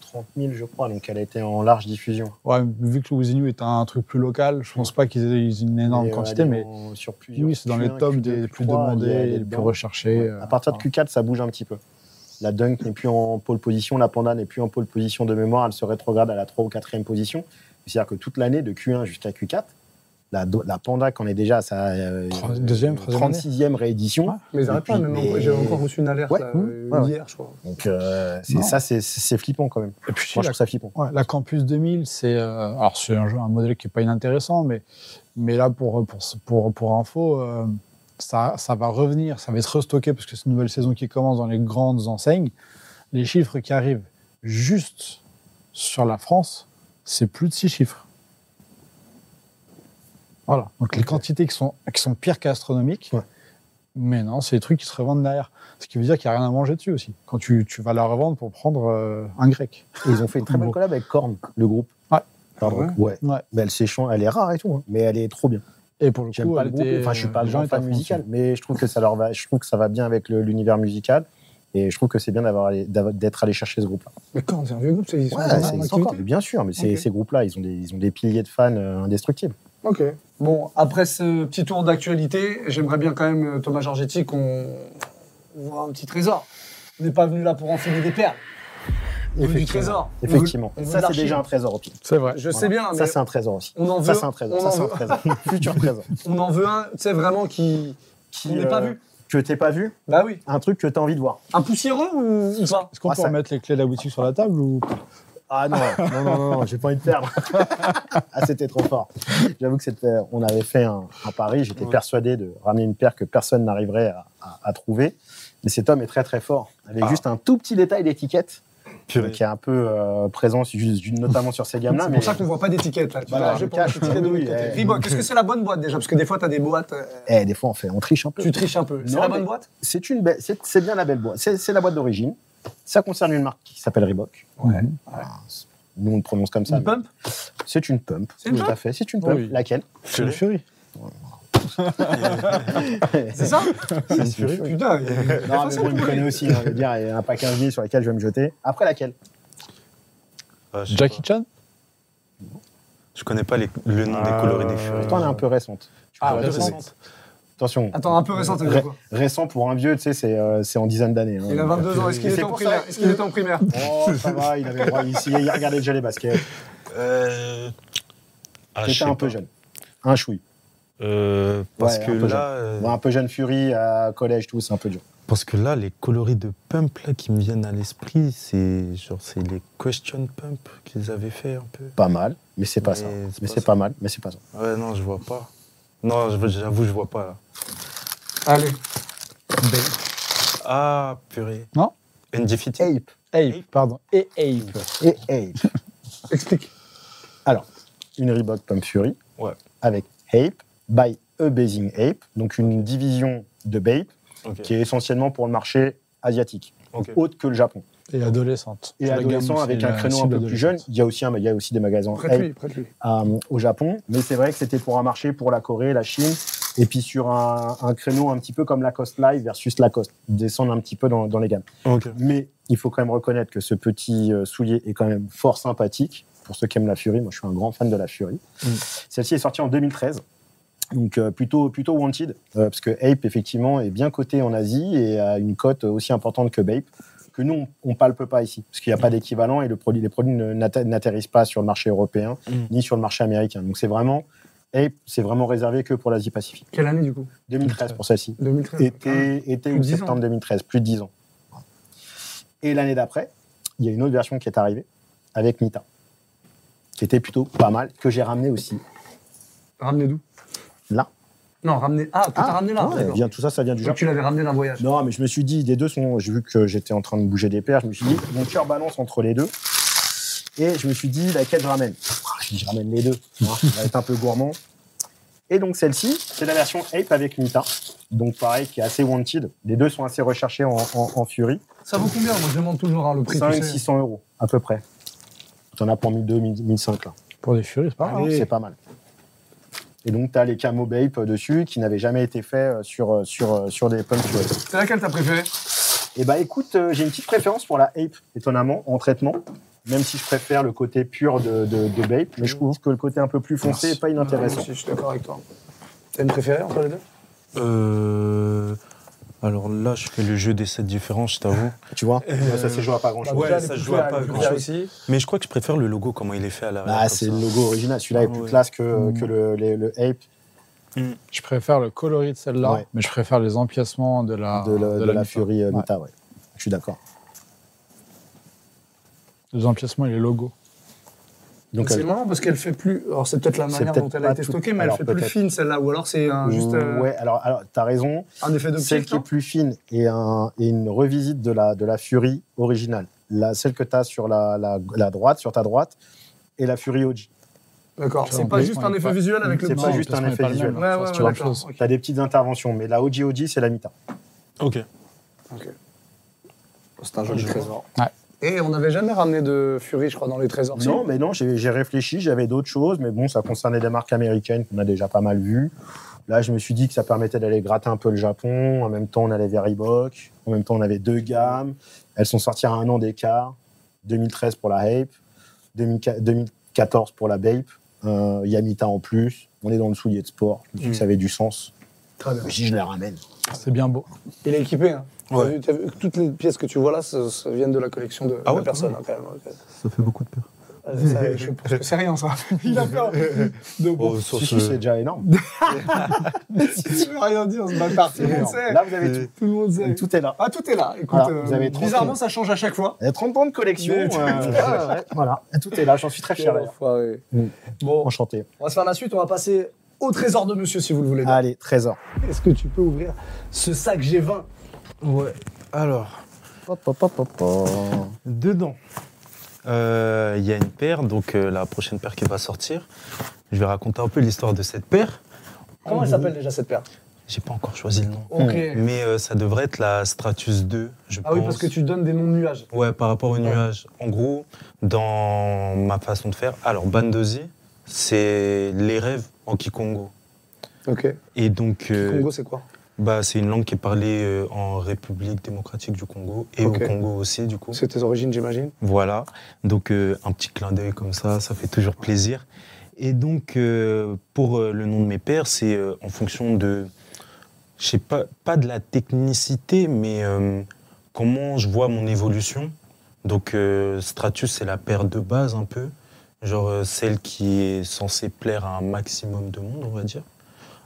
Speaker 2: 130 000, je crois, donc elle a été en large diffusion.
Speaker 3: Ouais, vu que le Wizinu est un truc plus local, je pense pas qu'ils aient ils aient une énorme
Speaker 2: Et, euh,
Speaker 3: quantité,
Speaker 2: elle est
Speaker 3: mais
Speaker 2: en- sur plusieurs.
Speaker 3: oui, c'est dans les
Speaker 2: Q1,
Speaker 3: tops
Speaker 2: Q2,
Speaker 3: des plus
Speaker 2: Q3, elle est- elle
Speaker 3: demandés,
Speaker 2: est
Speaker 3: les plus
Speaker 2: dedans.
Speaker 3: recherchés.
Speaker 2: Ouais.
Speaker 3: euh,
Speaker 2: À partir de Q4, ça bouge un petit peu. La Dunk n'est plus en pole position, la Panda n'est plus en pole position de mémoire, elle se rétrograde à la 3 ou 4e position. C'est-à-dire que toute l'année, de Q1 jusqu'à Q4, la, do- la Panda, qu'on est déjà à sa euh,
Speaker 3: Trois- deuxième, troisième
Speaker 2: 36e réédition,
Speaker 3: Ouais.
Speaker 1: Mais ils arrêtent pas,
Speaker 2: Depuis-
Speaker 1: même.
Speaker 2: mais-
Speaker 1: J'ai encore reçu une alerte
Speaker 2: Ouais.
Speaker 1: là,
Speaker 2: Mmh.
Speaker 1: euh,
Speaker 2: Ouais,
Speaker 1: hier, je crois.
Speaker 2: donc euh, c'est-
Speaker 3: Non.
Speaker 2: ça, c'est- c'est flippant quand même.
Speaker 3: Et puis,
Speaker 2: Moi, je
Speaker 3: la,
Speaker 2: trouve ça flippant.
Speaker 3: ouais, la Campus 2000, c'est euh, alors c'est un, jeu- un modèle qui est pas inintéressant, mais, mais là, pour, pour, pour, pour info, euh, ça, ça va revenir, ça va être restocké, parce que c'est une nouvelle saison qui commence dans les grandes enseignes. Les chiffres qui arrivent juste sur la France, c'est plus de six chiffres. Voilà. Donc les quantités qui sont, qui sont pires qu'astronomiques.
Speaker 2: Ouais.
Speaker 3: Mais non, c'est les trucs qui se revendent derrière. Ce qui veut dire qu'il n'y a rien à manger dessus aussi. Quand tu, tu vas la revendre pour prendre euh, un grec.
Speaker 2: Et Ils ont fait une très
Speaker 3: Bon.
Speaker 2: belle collab avec Korn, le groupe.
Speaker 3: Ouais.
Speaker 2: Pardon.
Speaker 1: Ouais.
Speaker 2: Ouais.
Speaker 3: Ouais.
Speaker 2: Mais elle s'échange, elle est rare et tout, hein, mais elle est trop bien.
Speaker 3: Et pour le
Speaker 2: J'aime
Speaker 3: coup,
Speaker 2: pas
Speaker 3: elle
Speaker 2: le groupe,
Speaker 3: était-
Speaker 2: enfin je suis pas
Speaker 3: les gens
Speaker 2: grand
Speaker 3: étaient à
Speaker 2: fan
Speaker 3: fond
Speaker 2: musical,
Speaker 3: dessus.
Speaker 2: mais je trouve que ça leur va, je trouve que ça va bien avec le- l'univers musical et je trouve que c'est bien d'avoir allé- d'avoir- d'être allé chercher ce groupe-là.
Speaker 1: Mais quand c'est un vieux groupe, c'est ils sont
Speaker 3: Ah,
Speaker 2: Ouais,
Speaker 1: encore
Speaker 2: c'est-
Speaker 1: en
Speaker 2: c'est
Speaker 1: activité
Speaker 2: encore- bien sûr, mais c'est-
Speaker 1: Ok.
Speaker 2: ces groupes-là, ils ont des ils ont des piliers de fans euh, indestructibles.
Speaker 1: Ok. Bon, après ce petit tour d'actualité, j'aimerais bien quand même, euh, Thomas Giorgetti, qu'on voit un petit trésor. On n'est pas venu là pour enfiler des perles. On veut du trésor. On veut-
Speaker 2: Effectivement.
Speaker 1: on veut de
Speaker 2: ça c'est
Speaker 1: l'archive.
Speaker 2: déjà un trésor au pire.
Speaker 3: C'est vrai.
Speaker 1: Je sais bien, mais
Speaker 2: Ça c'est un trésor aussi.
Speaker 1: on en veut.
Speaker 2: Ça c'est un
Speaker 1: on
Speaker 2: trésor,
Speaker 1: en
Speaker 2: ça c'est un
Speaker 1: veut-
Speaker 2: trésor. Futur trésor.
Speaker 1: On en veut un, tu sais, vraiment qui.
Speaker 2: Qui,
Speaker 1: on n'est pas
Speaker 2: euh,
Speaker 1: vu.
Speaker 2: Que t'es pas vu,
Speaker 1: Bah oui.
Speaker 2: un truc que t'as envie de voir.
Speaker 1: Un poussiéreux ou, ou pas
Speaker 3: Est-ce qu'on
Speaker 2: Ah,
Speaker 3: peut
Speaker 2: ça-
Speaker 3: remettre les clés de la boutique sur la table ou
Speaker 2: Ah non, non, non, non, non, j'ai pas envie de perdre. ah, c'était trop fort. J'avoue que c'était, on avait fait un, un pari, j'étais
Speaker 1: Ouais.
Speaker 2: persuadé de ramener une paire que personne n'arriverait à, à- à trouver. Mais cet homme est très très fort, avec
Speaker 4: Ah.
Speaker 2: juste un tout petit détail d'étiquette,
Speaker 4: Purée.
Speaker 2: euh, qui est un peu euh, présent, su- juste- notamment sur ces gammes-là.
Speaker 1: C'est
Speaker 2: Mais
Speaker 1: pour ça qu'on voit pas d'étiquette là. Tu
Speaker 2: Voilà,
Speaker 1: vois,
Speaker 2: je
Speaker 1: j'ai pas
Speaker 2: cache.
Speaker 1: envie de tirer de
Speaker 2: Oui,
Speaker 1: l'autre côté.
Speaker 2: eh.
Speaker 1: Reebok, est-ce que c'est la bonne boîte déjà Parce que des fois, t'as des boîtes. euh,
Speaker 2: Eh, des fois on fait, on triche un peu.
Speaker 1: tu triches un peu. C'est
Speaker 2: Non,
Speaker 1: la
Speaker 2: mais-
Speaker 1: bonne boîte
Speaker 2: C'est, une belle- c'est, c'est bien la belle boîte, c'est, c'est la boîte d'origine. Ça concerne une marque qui s'appelle Reebok.
Speaker 3: Ouais.
Speaker 2: Ah, c'est- Nous on le prononce comme ça.
Speaker 1: Une
Speaker 2: mais
Speaker 1: pump
Speaker 2: C'est une pump.
Speaker 1: C'est une
Speaker 2: tout à fait. C'est une pump.
Speaker 3: Oui.
Speaker 2: Laquelle
Speaker 3: C'est le
Speaker 4: Purée.
Speaker 3: Fury
Speaker 1: C'est ça
Speaker 2: C'est une Fury.
Speaker 1: Putain, il est- il est
Speaker 2: Non, mais
Speaker 1: facile,
Speaker 2: bon, il me
Speaker 1: le
Speaker 2: connaît aussi, hein, je veux dire, il y a un pack 15 000 sur lequel je vais me jeter. Après laquelle
Speaker 4: Ah, je sais
Speaker 3: Jackie
Speaker 4: pas.
Speaker 3: Chan
Speaker 4: Je connais pas les- le nom des Ah, colorés des Euh, furies.
Speaker 2: Euh, Toi, elle est un peu récente. Tu
Speaker 1: Ah,
Speaker 2: peux
Speaker 1: ouais,
Speaker 2: raisonner.
Speaker 1: récente.
Speaker 2: Attention.
Speaker 1: Attends, un peu récent, t'as dit
Speaker 2: Ré-
Speaker 1: quoi
Speaker 2: Récent pour un vieux, tu sais, c'est euh, c'est en dizaines d'années. hein.
Speaker 1: Il a 22 ans, est-ce qu'il
Speaker 2: Et
Speaker 1: était
Speaker 2: c'est
Speaker 1: en
Speaker 2: pour
Speaker 1: primaire
Speaker 2: ça-
Speaker 1: Est-ce qu'il était en primaire
Speaker 2: Oh, ça va, il avait le droit ici, il regardait déjà les baskets.
Speaker 4: Euh... Ah, je
Speaker 2: J'étais
Speaker 4: sais
Speaker 2: un peu
Speaker 4: pas.
Speaker 2: jeune. Un chouï.
Speaker 4: Euh, parce
Speaker 2: Ouais,
Speaker 4: que
Speaker 2: un peu
Speaker 4: là, euh,
Speaker 2: Ouais, un peu jeune Fury à collège, tout, c'est un peu dur.
Speaker 4: parce que là, les coloris de pump là qui me viennent à l'esprit, c'est genre c'est les question pump qu'ils avaient fait un peu.
Speaker 2: Pas mal, mais c'est pas Bah,
Speaker 4: Mais
Speaker 2: ça.
Speaker 4: c'est
Speaker 2: Mais
Speaker 4: pas
Speaker 2: c'est
Speaker 4: ça.
Speaker 2: pas mal, mais c'est pas ça.
Speaker 4: Ouais, non, je vois pas. Non, je- j'avoue, je vois pas là.
Speaker 1: Allez.
Speaker 4: Ah, purée.
Speaker 3: Non
Speaker 4: Indifity.
Speaker 2: Ape.
Speaker 3: Ape, pardon. Et Ape.
Speaker 2: Et Ape.
Speaker 1: Explique.
Speaker 2: Une Reebok Pump Fury.
Speaker 4: Ouais.
Speaker 2: Avec Ape. by a Basing Ape, donc une division de Bape
Speaker 4: Ok.
Speaker 2: qui est essentiellement pour le marché asiatique,
Speaker 4: Ok.
Speaker 2: autre que le Japon.
Speaker 3: Et adolescente.
Speaker 2: Et
Speaker 3: Sur la
Speaker 2: adolescent
Speaker 3: gamme,
Speaker 2: avec
Speaker 3: c'est
Speaker 2: un
Speaker 3: la
Speaker 2: créneau un
Speaker 3: cible
Speaker 2: peu plus jeune,
Speaker 3: adolescente.
Speaker 2: il y a aussi, un, il y a aussi des magasins
Speaker 1: Prête
Speaker 2: Ape,
Speaker 1: lui, prête lui.
Speaker 2: à- au Japon. Mais c'est vrai que c'était pour un marché pour la Corée, la Chine, et puis sur un, un créneau un petit peu comme Lacoste Live versus Lacoste, descendre un petit peu dans, dans les gammes.
Speaker 4: Ok.
Speaker 2: Mais il faut quand même reconnaître que ce petit euh, soulier est quand même fort sympathique. Pour ceux qui aiment la Fury, moi je suis un grand fan de la Fury.
Speaker 4: Mm.
Speaker 2: Celle-ci est sortie en 2013. Donc euh, plutôt plutôt wanted euh, parce que Ape effectivement est bien coté en Asie et a une cote aussi importante que Bape que nous on, on palpe pas ici parce qu'il n'y a
Speaker 4: Mm.
Speaker 2: pas d'équivalent et le produit les produits ne- n'atte- n'atterrissent pas sur le marché européen
Speaker 4: Mm.
Speaker 2: ni sur le marché américain. Donc c'est vraiment Ape c'est vraiment réservé que pour l'Asie Pacifique.
Speaker 1: Quelle année du coup
Speaker 2: 2013 pour celle-ci
Speaker 1: 2013.
Speaker 2: été, été
Speaker 1: Ah. Plus
Speaker 2: ou
Speaker 1: de 10 ans.
Speaker 2: septembre 2013, plus de 10 ans. Et l'année d'après, il y a une autre version qui est arrivée avec Nita, qui était plutôt pas mal, que j'ai ramené aussi.
Speaker 1: Ramené d'où
Speaker 2: Là.
Speaker 1: Non, ramené. Ah, que t'as ramené là.
Speaker 2: ouais,
Speaker 1: d'accord.
Speaker 2: vient, tout ça, ça vient du
Speaker 1: Donc
Speaker 2: Japon.
Speaker 1: tu l'avais ramené d'un voyage.
Speaker 2: Non, mais je me suis dit, les deux sont. J'ai vu que j'étais en train de bouger des paires, je me suis dit, mon cœur balance entre les deux. Et je me suis dit, laquelle je ramène Ah, Je dis, je ramène les deux. hein, ça va être un peu gourmand. Et donc celle-ci, c'est la version Ape avec Nita. Donc pareil, qui est assez wanted. Les deux sont assez recherchés en, en- en Fury.
Speaker 1: Ça vaut combien Moi, je demande toujours hein, le prix.
Speaker 2: 5
Speaker 1: tu sais.
Speaker 2: 600 euros, à peu près. T'en as pour 1200, 1005 là.
Speaker 3: Pour des furies, c'est pas mal.
Speaker 2: Hein, C'est pas mal. Et donc, t'as les camo Bape euh, dessus qui n'avaient jamais été faits euh, sur, euh, sur, euh, sur des pumps Fury.
Speaker 1: C'est laquelle t'as préférée
Speaker 2: Et bah écoute, euh, j'ai une petite préférence pour la Ape, étonnamment, en traitement. Même si je préfère le côté pur de, de, de Bape, mais je trouve que le côté un peu plus foncé n'est pas inintéressant.
Speaker 1: Ah, Je suis d'accord avec toi. T'as une préférée entre les deux
Speaker 4: Euh, alors là, je fais le jeu des sept différences, je t'avoue.
Speaker 2: Tu vois Euh, Ouais, Ça, c'est joué à pas grand
Speaker 1: Bah,
Speaker 2: chose.
Speaker 4: Ouais, ça joue à pas grand-chose.
Speaker 1: ici.
Speaker 4: Mais je crois que je préfère le logo, comment il est fait à l'arrière.
Speaker 2: Bah,
Speaker 4: comme
Speaker 2: c'est
Speaker 4: ça.
Speaker 2: le logo original. Celui-là est plus
Speaker 4: Ouais.
Speaker 2: classe que, que le, les- le Ape
Speaker 3: Je préfère le coloris de celle-là,
Speaker 2: Ouais.
Speaker 3: mais je préfère les empiècements de la,
Speaker 2: de, le- Ah, de la,
Speaker 3: Mita.
Speaker 2: Fury euh,
Speaker 3: Ouais.
Speaker 2: Mita, ouais. Je suis d'accord.
Speaker 3: Les empiècements et les logos.
Speaker 2: Donc,
Speaker 1: c'est
Speaker 2: euh,
Speaker 1: marrant parce qu'elle fait plus. Alors c'est peut-être la
Speaker 2: C'est
Speaker 1: manière
Speaker 2: peut-être
Speaker 1: dont elle a
Speaker 2: pas
Speaker 1: été
Speaker 2: tout-
Speaker 1: stockée, mais
Speaker 2: alors,
Speaker 1: elle fait plus
Speaker 2: peut-être.
Speaker 1: fine celle-là. Ou alors c'est un- juste euh,
Speaker 2: Ouais, alors, alors t'as raison.
Speaker 1: un effet de
Speaker 2: Celle
Speaker 1: pique,
Speaker 2: qui est
Speaker 1: non
Speaker 2: plus fine et, un, et une revisite de la, de la Fury originale. La, celle que t'as sur la, la, la droite, sur ta droite, et la Fury OG.
Speaker 1: D'accord.
Speaker 3: Ça,
Speaker 1: C'est
Speaker 3: on
Speaker 1: pas
Speaker 3: peut-
Speaker 1: juste
Speaker 3: on
Speaker 1: un
Speaker 3: peut
Speaker 1: effet
Speaker 3: pas-
Speaker 1: visuel avec le
Speaker 2: C'est pas
Speaker 1: petit.
Speaker 2: juste un
Speaker 3: l'empiècement est
Speaker 2: effet
Speaker 3: pas le
Speaker 2: visuel.
Speaker 3: même.
Speaker 1: Ouais,
Speaker 3: Ça,
Speaker 1: ouais,
Speaker 3: c'est
Speaker 1: ouais,
Speaker 3: autre
Speaker 1: d'accord.
Speaker 3: chose.
Speaker 1: ok.
Speaker 2: T'as des petites interventions, mais la OG OG, c'est la Mita.
Speaker 4: Ok.
Speaker 1: C'est un joli trésor.
Speaker 3: Ouais.
Speaker 1: Et on n'avait jamais ramené de Fury, je crois, dans les trésors.
Speaker 2: Non, mais non, j'ai j'ai réfléchi, j'avais d'autres choses, mais bon, ça concernait des marques américaines qu'on a déjà pas mal vues. Là, je me suis dit que ça permettait d'aller gratter un peu le Japon. En même temps, on allait vers Reebok. En même temps, on avait deux gammes. Elles sont sorties à un an d'écart. 2013 pour la Ape, 2004 2014 pour la Bape. Euh, Yamita en plus. On est dans le soulier de sport. Je me suis dit que Ça avait du sens.
Speaker 1: Très bien.
Speaker 2: Si je les ramène.
Speaker 3: C'est bien beau.
Speaker 1: Il est équipé. Hein. T'as
Speaker 4: Ouais.
Speaker 1: vu- t'as vu- toutes les pièces que tu vois là, ça, ça viennent de la collection de
Speaker 4: Ah
Speaker 1: la
Speaker 4: ouais,
Speaker 1: personne,
Speaker 4: quand
Speaker 1: hein, quand même. ok.
Speaker 4: Ça fait beaucoup de peur.
Speaker 1: Euh, ça, je pense que c'est rien, ça. Il a peur. Donc, bon,
Speaker 4: Oh,
Speaker 2: Si,
Speaker 4: sauf,
Speaker 2: si,
Speaker 4: euh,
Speaker 2: c'est déjà énorme.
Speaker 1: si tu veux rien dire, ce bâtard, tout le monde sait.
Speaker 2: Là, vous avez tout.
Speaker 1: Tout le monde sait.
Speaker 2: Tout est là.
Speaker 1: Ah, tout est là. Écoute,
Speaker 2: Voilà,
Speaker 1: euh,
Speaker 2: vous avez trente
Speaker 1: bizarrement,
Speaker 2: ans.
Speaker 1: ça change à chaque fois.
Speaker 2: Il y a 30 ans de collection.
Speaker 1: Mais-
Speaker 2: euh, ouais, ouais. Voilà, tout est là. J'en suis très fier. d'ailleurs. Mm.
Speaker 1: Bon,
Speaker 2: Enchanté.
Speaker 1: on va se faire la suite. On va passer au trésor de monsieur, si vous le voulez. bien.
Speaker 2: Allez, trésor.
Speaker 1: Est-ce que tu peux ouvrir ce sac G20
Speaker 4: Ouais. Alors, dedans, euh, il y a une paire, donc euh, la prochaine paire qui va sortir. Je vais raconter un peu l'histoire de cette paire.
Speaker 1: Comment elle s'appelle déjà cette paire
Speaker 4: J'ai pas encore choisi le nom.
Speaker 1: Ok.
Speaker 4: Mais euh, ça devrait être la Stratus 2, je pense.
Speaker 1: Ah oui, parce que tu donnes des noms de nuages.
Speaker 4: Ouais, par rapport au
Speaker 1: Ouais.
Speaker 4: nuage. En gros, dans ma façon de faire, alors Bandozi, c'est les rêves en Kikongo.
Speaker 1: Ok.
Speaker 4: Et donc, euh,
Speaker 1: Congo, c'est quoi
Speaker 4: bah, c'est une langue qui est parlée euh, en République démocratique du Congo et
Speaker 1: Ok.
Speaker 4: au Congo aussi, du coup.
Speaker 1: C'est tes origines, j'imagine.
Speaker 4: Voilà. Donc, euh, un petit clin d'œil comme ça, ça fait toujours plaisir. Et donc, euh, pour euh, le nom de mes pères, c'est euh, en fonction de, je sais pas, pas de la technicité, mais euh, comment je vois mon évolution. Donc, euh, Stratus, c'est la paire de base un peu. Genre euh, celle qui est censée plaire à un maximum de monde, on va dire.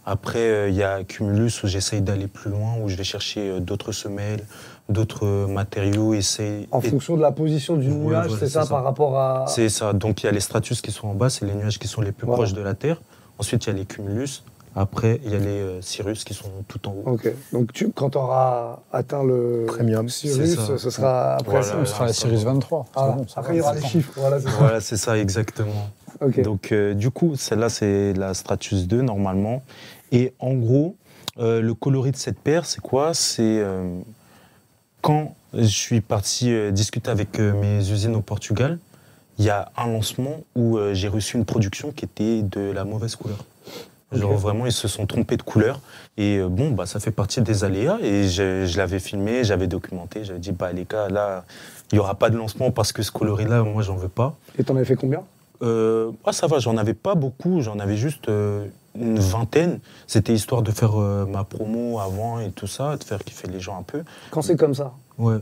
Speaker 4: Après, euh, il y a Cumulus où j'essaye d'aller plus loin, où je vais chercher euh, d'autres semelles, d'autres euh, matériaux, essayer.
Speaker 1: En
Speaker 4: et-
Speaker 1: fonction de la position du
Speaker 4: Ouais,
Speaker 1: nuage,
Speaker 4: voilà,
Speaker 1: c'est
Speaker 4: c'est
Speaker 1: ça,
Speaker 4: ça.
Speaker 1: par rapport à.
Speaker 4: c'est ça. Donc il y a les stratus qui sont en bas, c'est les nuages qui sont les plus
Speaker 1: Voilà.
Speaker 4: proches de la Terre. Ensuite, il y a les cumulus. Après, il y a les euh, cirrus qui sont tout en haut.
Speaker 1: Ok. Donc tu, quand tu auras atteint le
Speaker 2: Premium,
Speaker 1: Sirius,
Speaker 4: c'est ça.
Speaker 1: ce sera après
Speaker 4: Voilà.
Speaker 1: ça.
Speaker 4: Ah,
Speaker 3: Ce sera la
Speaker 4: ça
Speaker 3: Series
Speaker 4: va.
Speaker 3: 23.
Speaker 1: Ah,
Speaker 3: C'est bon, ça
Speaker 1: après,
Speaker 3: va,
Speaker 1: il y aura
Speaker 3: ça
Speaker 1: les
Speaker 3: prend.
Speaker 1: chiffres. Voilà, c'est ça.
Speaker 4: Voilà, c'est ça exactement.
Speaker 1: Ok.
Speaker 4: Donc, euh, du coup, celle-là, c'est la Stratus 2, normalement. Et en gros, euh, le coloris de cette paire, c'est quoi C'est euh, quand je suis parti euh, discuter avec euh, mes usines au Portugal, il y a un lancement où euh, j'ai reçu une production qui était de la mauvaise couleur. Genre
Speaker 1: Ok.
Speaker 4: vraiment, ils se sont trompés de couleur. Et euh, bon, bah, ça fait partie des aléas. Et je, je l'avais filmé, j'avais documenté. J'avais dit, bah, les gars, là, il n'y aura pas de lancement parce que ce coloris-là, moi, j'en veux pas.
Speaker 1: Et t'en avais fait combien
Speaker 4: Euh, ah, ça va, j'en avais pas beaucoup, j'en avais juste euh, une vingtaine. C'était histoire de faire euh, ma promo avant et tout ça, de faire kiffer les gens un peu.
Speaker 1: Quand c'est comme ça,
Speaker 4: Ouais.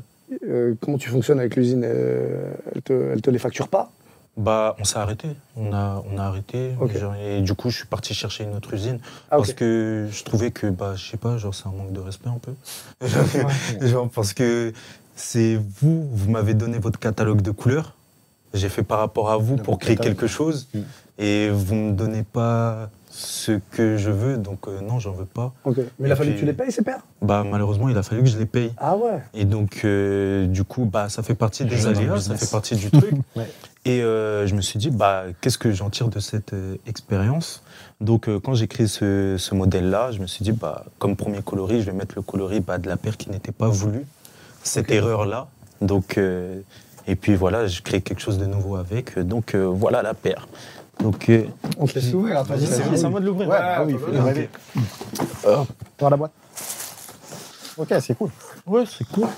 Speaker 1: euh, comment tu fonctionnes avec l'usine Euh, elle, te, elle te les facture pas
Speaker 4: Bah, on s'est arrêté. On a, on a arrêté.
Speaker 1: Ok.
Speaker 4: Genre, Et du coup, je suis parti chercher une autre usine
Speaker 1: Ah, ok.
Speaker 4: parce que je trouvais que, bah, je sais pas, genre, c'est un manque de respect un peu. genre, parce que c'est vous, vous m'avez donné votre catalogue de couleurs. J'ai fait par rapport à vous
Speaker 2: Le
Speaker 4: pour créer
Speaker 2: catalogue.
Speaker 4: quelque chose
Speaker 2: Mm.
Speaker 4: et vous me donnez pas ce que je veux, donc euh, non, j'en veux pas.
Speaker 1: Ok. Mais il a
Speaker 4: Et
Speaker 1: fallu que
Speaker 4: puis-
Speaker 1: tu les payes, ces paires
Speaker 4: Bah, malheureusement, il a fallu que je les paye.
Speaker 1: Ah ouais
Speaker 4: Et donc, euh, du coup, bah, ça fait partie des
Speaker 2: Jeu dans le
Speaker 4: aléas, ça
Speaker 2: business.
Speaker 4: fait partie du truc.
Speaker 2: Ouais.
Speaker 4: Et euh, je me suis dit, bah, qu'est-ce que j'en tire de cette euh, expérience Donc, euh, quand j'ai créé ce, ce modèle-là, je me suis dit, bah, comme premier coloris, je vais mettre le coloris bah, de la paire qui n'était pas voulue, cette erreur-là. Donc, euh, et puis voilà, je crée quelque chose de nouveau avec. Donc, euh, voilà la paire. Donc, euh,
Speaker 1: On te laisse ouvrir, attends.
Speaker 2: Vas-y, c'est
Speaker 1: vas-y.
Speaker 2: bon, c'est à moi de l'ouvrir.
Speaker 1: Ouais,
Speaker 2: Ouais, bah oui,
Speaker 1: attends,
Speaker 2: il
Speaker 1: attends.
Speaker 2: faut rêver. Hop, Par la boîte. Ok, c'est cool.
Speaker 4: ouais, c'est cool.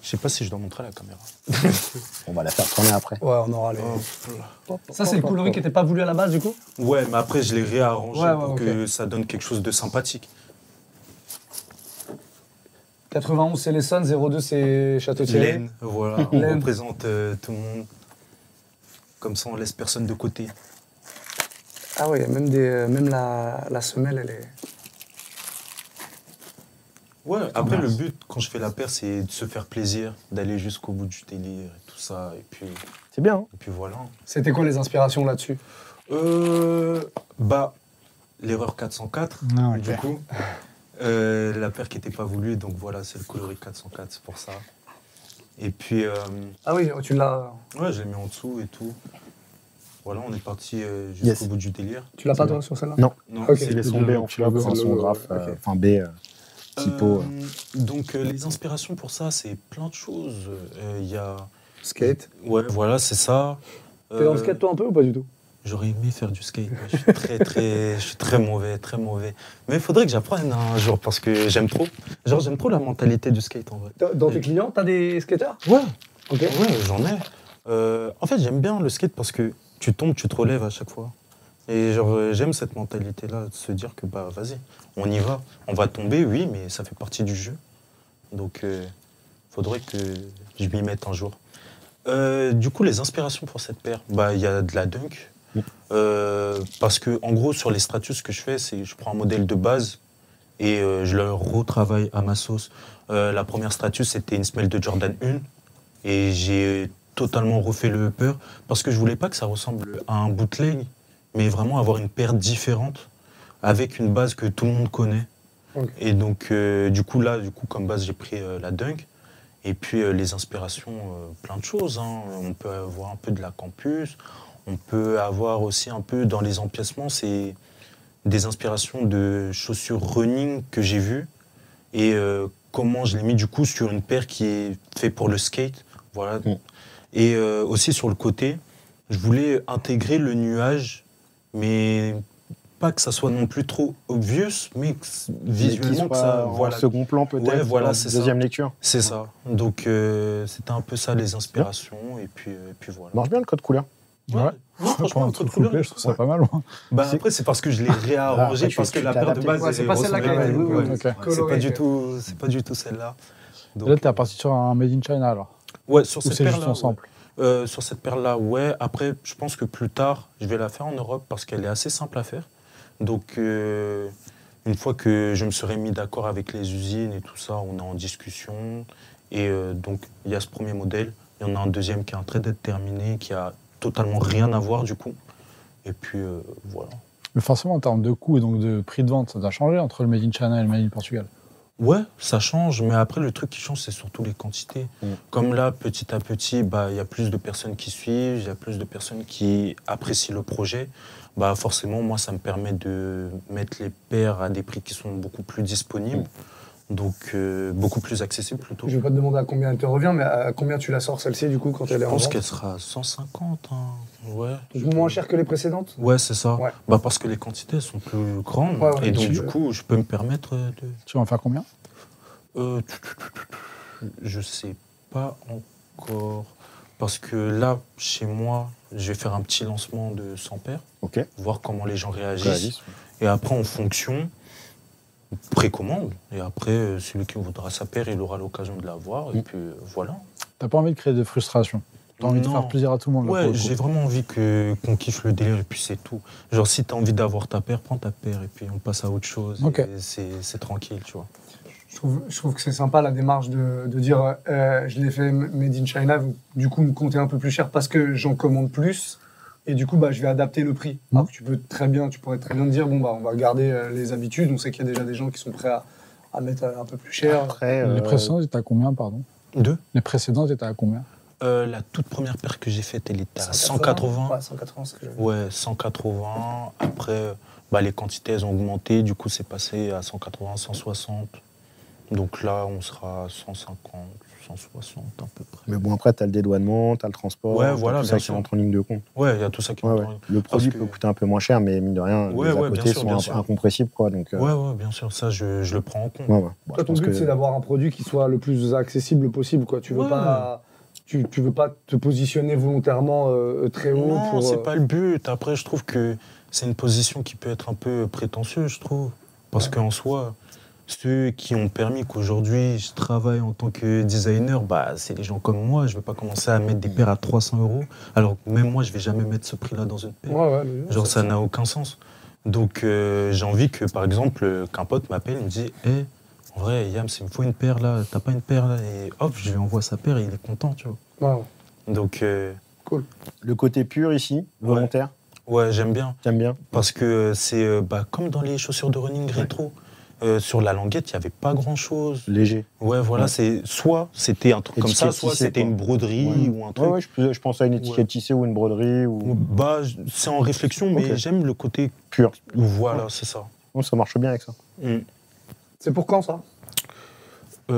Speaker 4: Je sais pas si je dois montrer à la caméra.
Speaker 2: On va la faire tourner après.
Speaker 1: Ouais, on aura les.
Speaker 4: Oh.
Speaker 1: Ça, c'est le coloris qui n'était pas voulu à la base, du coup
Speaker 4: Ouais, mais après, je l'ai réarrangé
Speaker 1: Ouais, ouais,
Speaker 4: pour
Speaker 1: ok.
Speaker 4: que ça donne quelque chose de sympathique.
Speaker 1: 91, c'est les Suns, 02, c'est château
Speaker 4: Laine, voilà, on
Speaker 1: Laine.
Speaker 4: représente euh, tout le monde. Comme ça, on laisse personne de côté.
Speaker 1: Ah ouais, même, des, même la, la semelle, elle est.
Speaker 4: Ouais, après, le but, quand je fais la paire, c'est de se faire plaisir, d'aller jusqu'au bout du délire et tout ça. Et puis, et
Speaker 2: C'est bien. hein
Speaker 4: puis voilà.
Speaker 1: C'était quoi les inspirations là-dessus
Speaker 4: Euh, bah, l'erreur 404,
Speaker 3: Ah ouais,
Speaker 4: du
Speaker 3: clair.
Speaker 4: coup. Euh, la paire qui n'était pas voulue, donc voilà, c'est le coloris 404, c'est pour ça. Et puis, euh,
Speaker 1: Ah oui, tu l'as.
Speaker 4: ouais, je l'ai mis en dessous et tout. Voilà, on est parti euh, jusqu'au
Speaker 2: Yes.
Speaker 4: bout du délire.
Speaker 1: Tu l'as pas,
Speaker 2: C'est
Speaker 1: toi, sur celle-là
Speaker 2: Non.
Speaker 4: Non,
Speaker 1: Ok.
Speaker 2: C'est les sons B en
Speaker 1: veux,
Speaker 2: flop, enfin,
Speaker 1: le-
Speaker 2: son graphe,
Speaker 1: ok.
Speaker 2: euh, enfin B, euh, typo. euh.
Speaker 4: Euh, donc euh, les inspirations pour ça, c'est plein de choses. Euh, Il y a.
Speaker 1: Skate.
Speaker 4: Ouais, voilà, c'est ça.
Speaker 1: T'es dans le
Speaker 4: Euh,
Speaker 1: skate, toi, un peu ou pas du tout
Speaker 4: J'aurais aimé faire du skate. mais Je suis très, très, je suis très mauvais, très mauvais. Mais il faudrait que j'apprenne un jour parce que j'aime trop. Genre, j'aime trop la mentalité du skate en vrai.
Speaker 1: Dans- Dans tes clients, t'as des skateurs
Speaker 4: Ouais,
Speaker 1: Ok.
Speaker 4: ouais, j'en ai. Euh, en fait, j'aime bien le skate parce que tu tombes, tu te relèves à chaque fois. Et genre, euh, j'aime cette mentalité-là, de se dire que bah vas-y, on y va. On va tomber, oui, mais ça fait partie du jeu. Donc, euh, faudrait que je m'y mette un jour. Euh, du coup, les inspirations pour cette paire, bah il y a de la dunk.
Speaker 2: Oui.
Speaker 4: Euh, parce que en gros, sur les stratus, ce que je fais, c'est je prends un modèle de base et euh, je le retravaille à ma sauce. Euh, la première stratus, c'était une semelle de Jordan 1 et j'ai totalement refait le peur parce que je voulais pas que ça ressemble à un bootleg, mais vraiment avoir une paire différente avec une base que tout le monde connaît.
Speaker 1: Ok.
Speaker 4: Et donc, euh, du coup, là, du coup, comme base, j'ai pris euh, la dunk. Et puis, euh, les inspirations, euh, plein de choses. hein. On peut avoir un peu de la campus. On peut avoir aussi un peu dans les empiècements, c'est des inspirations de chaussures running que j'ai vues. Et euh, comment je l'ai mis, du coup, sur une paire qui est faite pour le skate. Voilà.
Speaker 2: Mm.
Speaker 4: Et euh, aussi sur le côté, je voulais intégrer le nuage, mais pas que ça soit non plus trop obvious, mais que c-
Speaker 2: Qui
Speaker 4: visuellement
Speaker 2: soit
Speaker 4: que ça.
Speaker 2: en
Speaker 4: Voilà,
Speaker 2: second plan peut-être.
Speaker 4: Ouais, voilà,
Speaker 2: en
Speaker 4: c'est ça.
Speaker 2: Deuxième lecture.
Speaker 4: c'est ça. Donc euh, c'était un peu ça les inspirations, et puis, euh, et puis voilà.
Speaker 2: Marche bien le code couleur.
Speaker 3: Ouais.
Speaker 4: Non,
Speaker 3: Pour
Speaker 4: franchement,
Speaker 3: un
Speaker 4: un truc
Speaker 3: truc
Speaker 4: couleur.
Speaker 3: coupé, je trouve ça pas mal. hein. moi.
Speaker 4: Bah,
Speaker 2: C'est-
Speaker 4: après, c'est parce que je l'ai réarrangé,
Speaker 2: Ah, tu-
Speaker 4: parce que
Speaker 2: tu
Speaker 4: la
Speaker 2: t'es
Speaker 4: paire de
Speaker 2: adapté.
Speaker 4: base.
Speaker 1: Ouais, c'est pas celle-là
Speaker 4: ressemblait
Speaker 1: qu'elle
Speaker 4: à
Speaker 1: a
Speaker 4: une-
Speaker 1: voulu,
Speaker 4: ouais.
Speaker 1: ouais,
Speaker 4: Ouais,
Speaker 1: ok.
Speaker 4: C'est pas
Speaker 1: Colorée.
Speaker 4: du tout, c'est pas du tout celle-là. Donc,
Speaker 3: Et là, t'es parti sur un Made in China alors.
Speaker 4: Ouais, sur
Speaker 3: Ou
Speaker 4: cette
Speaker 3: c'est juste
Speaker 4: paire-là. ouais.
Speaker 3: ensemble
Speaker 4: Euh, sur cette paire-là, ouais. Après, je pense que plus tard, je vais la faire en Europe parce qu'elle est assez simple à faire. Donc, euh, une fois que je me serai mis d'accord avec les usines et tout ça, on est en discussion. Et euh, donc, il y a ce premier modèle. Il y en a un deuxième qui est en train d'être terminé, qui a totalement rien à voir du coup. Et puis, euh, voilà.
Speaker 3: Mais forcément, en termes de coût et donc de prix de vente, ça a changé entre le Made in China et le Made in Portugal.
Speaker 4: Ouais, ça change, mais après, le truc qui change, c'est surtout les quantités.
Speaker 2: Mm.
Speaker 4: Comme là, petit à petit, bah, il y a plus de personnes qui suivent, il y a plus de personnes qui apprécient le projet. Bah, forcément, moi, ça me permet de mettre les paires à des prix qui sont beaucoup plus disponibles, donc euh, beaucoup plus accessibles plutôt.
Speaker 1: Je vais pas te demander à combien elle te revient, mais à combien tu la sors celle-ci du coup quand elle
Speaker 4: Je
Speaker 1: est en
Speaker 4: pense
Speaker 1: vente
Speaker 4: qu'elle sera à 150. hein. Ouais.
Speaker 1: Moins chère que les précédentes
Speaker 4: Ouais, c'est ça.
Speaker 1: Ouais.
Speaker 4: Bah, parce que les quantités sont plus grandes.
Speaker 1: Ouais, ouais,
Speaker 4: et donc,
Speaker 1: tu-
Speaker 4: du coup, je peux me permettre euh, de.
Speaker 3: Tu vas en faire combien
Speaker 4: Euh, tu- tu- tu- tu- tu- je sais pas encore. Parce que là, chez moi, je vais faire un petit lancement de 100 paires,
Speaker 2: Ok.
Speaker 4: voir comment les gens réagissent.
Speaker 2: Réaliste.
Speaker 4: Et après, en fonction, précommande. Et après, euh, celui qui voudra sa paire, il aura l'occasion de la voir. Et puis euh, voilà.
Speaker 3: T'as pas envie de créer de frustration. Mm. T'as envie de
Speaker 4: Non.
Speaker 3: faire plaisir à tout le monde. là, pour
Speaker 4: Ouais,
Speaker 3: le coup.
Speaker 4: j'ai vraiment envie que qu'on kiffe le délire et puis c'est tout. Genre si t'as envie d'avoir ta paire, prends ta paire et puis on passe à autre chose.
Speaker 3: Ok.
Speaker 4: Et C'est c'est tranquille, tu vois.
Speaker 1: Je trouve, je trouve que c'est sympa la démarche de, de dire euh, euh, je l'ai fait m- made in China, vous- du coup me comptez un peu plus cher parce que j'en commande plus et du coup bah, je vais adapter le prix.
Speaker 3: Mhm.
Speaker 1: Alors que tu peux très bien, tu pourrais très bien te dire bon bah on va garder euh, les habitudes, on sait qu'il y a déjà des gens qui sont prêts à, à mettre euh, un peu plus cher.
Speaker 2: Après, euh,
Speaker 3: Les précédentes étaient à combien, pardon
Speaker 4: Deux.
Speaker 3: Les précédentes étaient à combien
Speaker 4: Euh, la toute première paire que j'ai faite, elle était à
Speaker 1: Ouais,
Speaker 4: 180.
Speaker 1: 180 ce que j'avais.
Speaker 4: Bah, Ouais, 180. Après, euh, bah, les quantités elles ont augmenté, du coup c'est passé à 180, 160. Donc là, on sera à 150, 160 à peu près.
Speaker 2: mais bon, après, tu as le dédouanement, tu as le transport.
Speaker 4: Ouais,
Speaker 2: t'as
Speaker 4: voilà,
Speaker 2: Tout
Speaker 4: bien
Speaker 2: ça qui
Speaker 4: sûr.
Speaker 2: rentre en ligne de compte.
Speaker 4: Ouais, il y a tout ça qui
Speaker 2: Ouais,
Speaker 4: rentre
Speaker 2: ouais.
Speaker 4: en ligne.
Speaker 2: Le produit
Speaker 4: que-
Speaker 2: peut coûter un peu moins cher, mais mine de rien,
Speaker 4: Ouais,
Speaker 2: les
Speaker 4: ouais,
Speaker 2: à
Speaker 4: bien
Speaker 2: côté
Speaker 4: sûr,
Speaker 2: sont
Speaker 4: bien
Speaker 2: in-
Speaker 4: sûr.
Speaker 2: incompressibles. Quoi, donc, euh,
Speaker 4: Ouais, ouais, bien sûr, ça je, je le prends en compte.
Speaker 2: ouais, ouais. Bon, je
Speaker 1: Toi, ton
Speaker 2: pense
Speaker 1: but,
Speaker 2: que-
Speaker 1: c'est d'avoir un produit qui soit le plus accessible possible. Quoi. Tu veux
Speaker 4: Ouais.
Speaker 1: pas. Tu, tu veux pas te positionner volontairement euh, très haut
Speaker 4: Non,
Speaker 1: pour.
Speaker 4: c'est
Speaker 1: euh,
Speaker 4: pas le but. Après, je trouve que c'est une position qui peut être un peu prétentieuse, je trouve. Parce qu'en soi, ceux qui ont permis qu'aujourd'hui je travaille en tant que designer, bah, c'est des gens comme moi. Je vais pas commencer à mettre des paires à 300 euros, alors que même moi, je vais jamais mettre ce prix-là dans une paire.
Speaker 1: Ouais, ouais, mais-
Speaker 4: Genre, ça n'a aucun sens. Donc, euh, j'ai envie que, par exemple, euh, qu'un pote m'appelle, il me dit Hé, en vrai, Yams, il me faut une paire là, t'as pas une paire là Et hop, je lui envoie sa paire et il est content, tu vois.
Speaker 1: Ouais.
Speaker 4: Donc, euh,
Speaker 2: Le côté pur ici, volontaire,
Speaker 4: ouais, j'aime bien.
Speaker 2: t'aimes bien
Speaker 4: Parce que euh, c'est euh, bah, comme dans les chaussures de running rétro. Euh, sur la languette, il n'y avait pas grand-chose.
Speaker 2: Léger.
Speaker 4: Ouais, voilà,
Speaker 2: Ouais.
Speaker 4: c'est soit c'était un truc comme ça,
Speaker 2: Étiquette
Speaker 4: soit
Speaker 2: tissée,
Speaker 4: c'était
Speaker 2: quoi.
Speaker 4: une broderie
Speaker 2: Ouais.
Speaker 4: ou un
Speaker 2: Ouais,
Speaker 4: truc.
Speaker 2: ouais, je, je pense à une étiquette
Speaker 4: Ouais.
Speaker 2: tissée ou une broderie. Ou...
Speaker 4: Ou- Bah, je- c'est en réflexion, mais
Speaker 2: Ok.
Speaker 4: j'aime le côté
Speaker 2: Pur.
Speaker 4: Voilà, c'est ça.
Speaker 2: Non, ça marche bien avec ça.
Speaker 4: Mm.
Speaker 1: C'est pour quand ça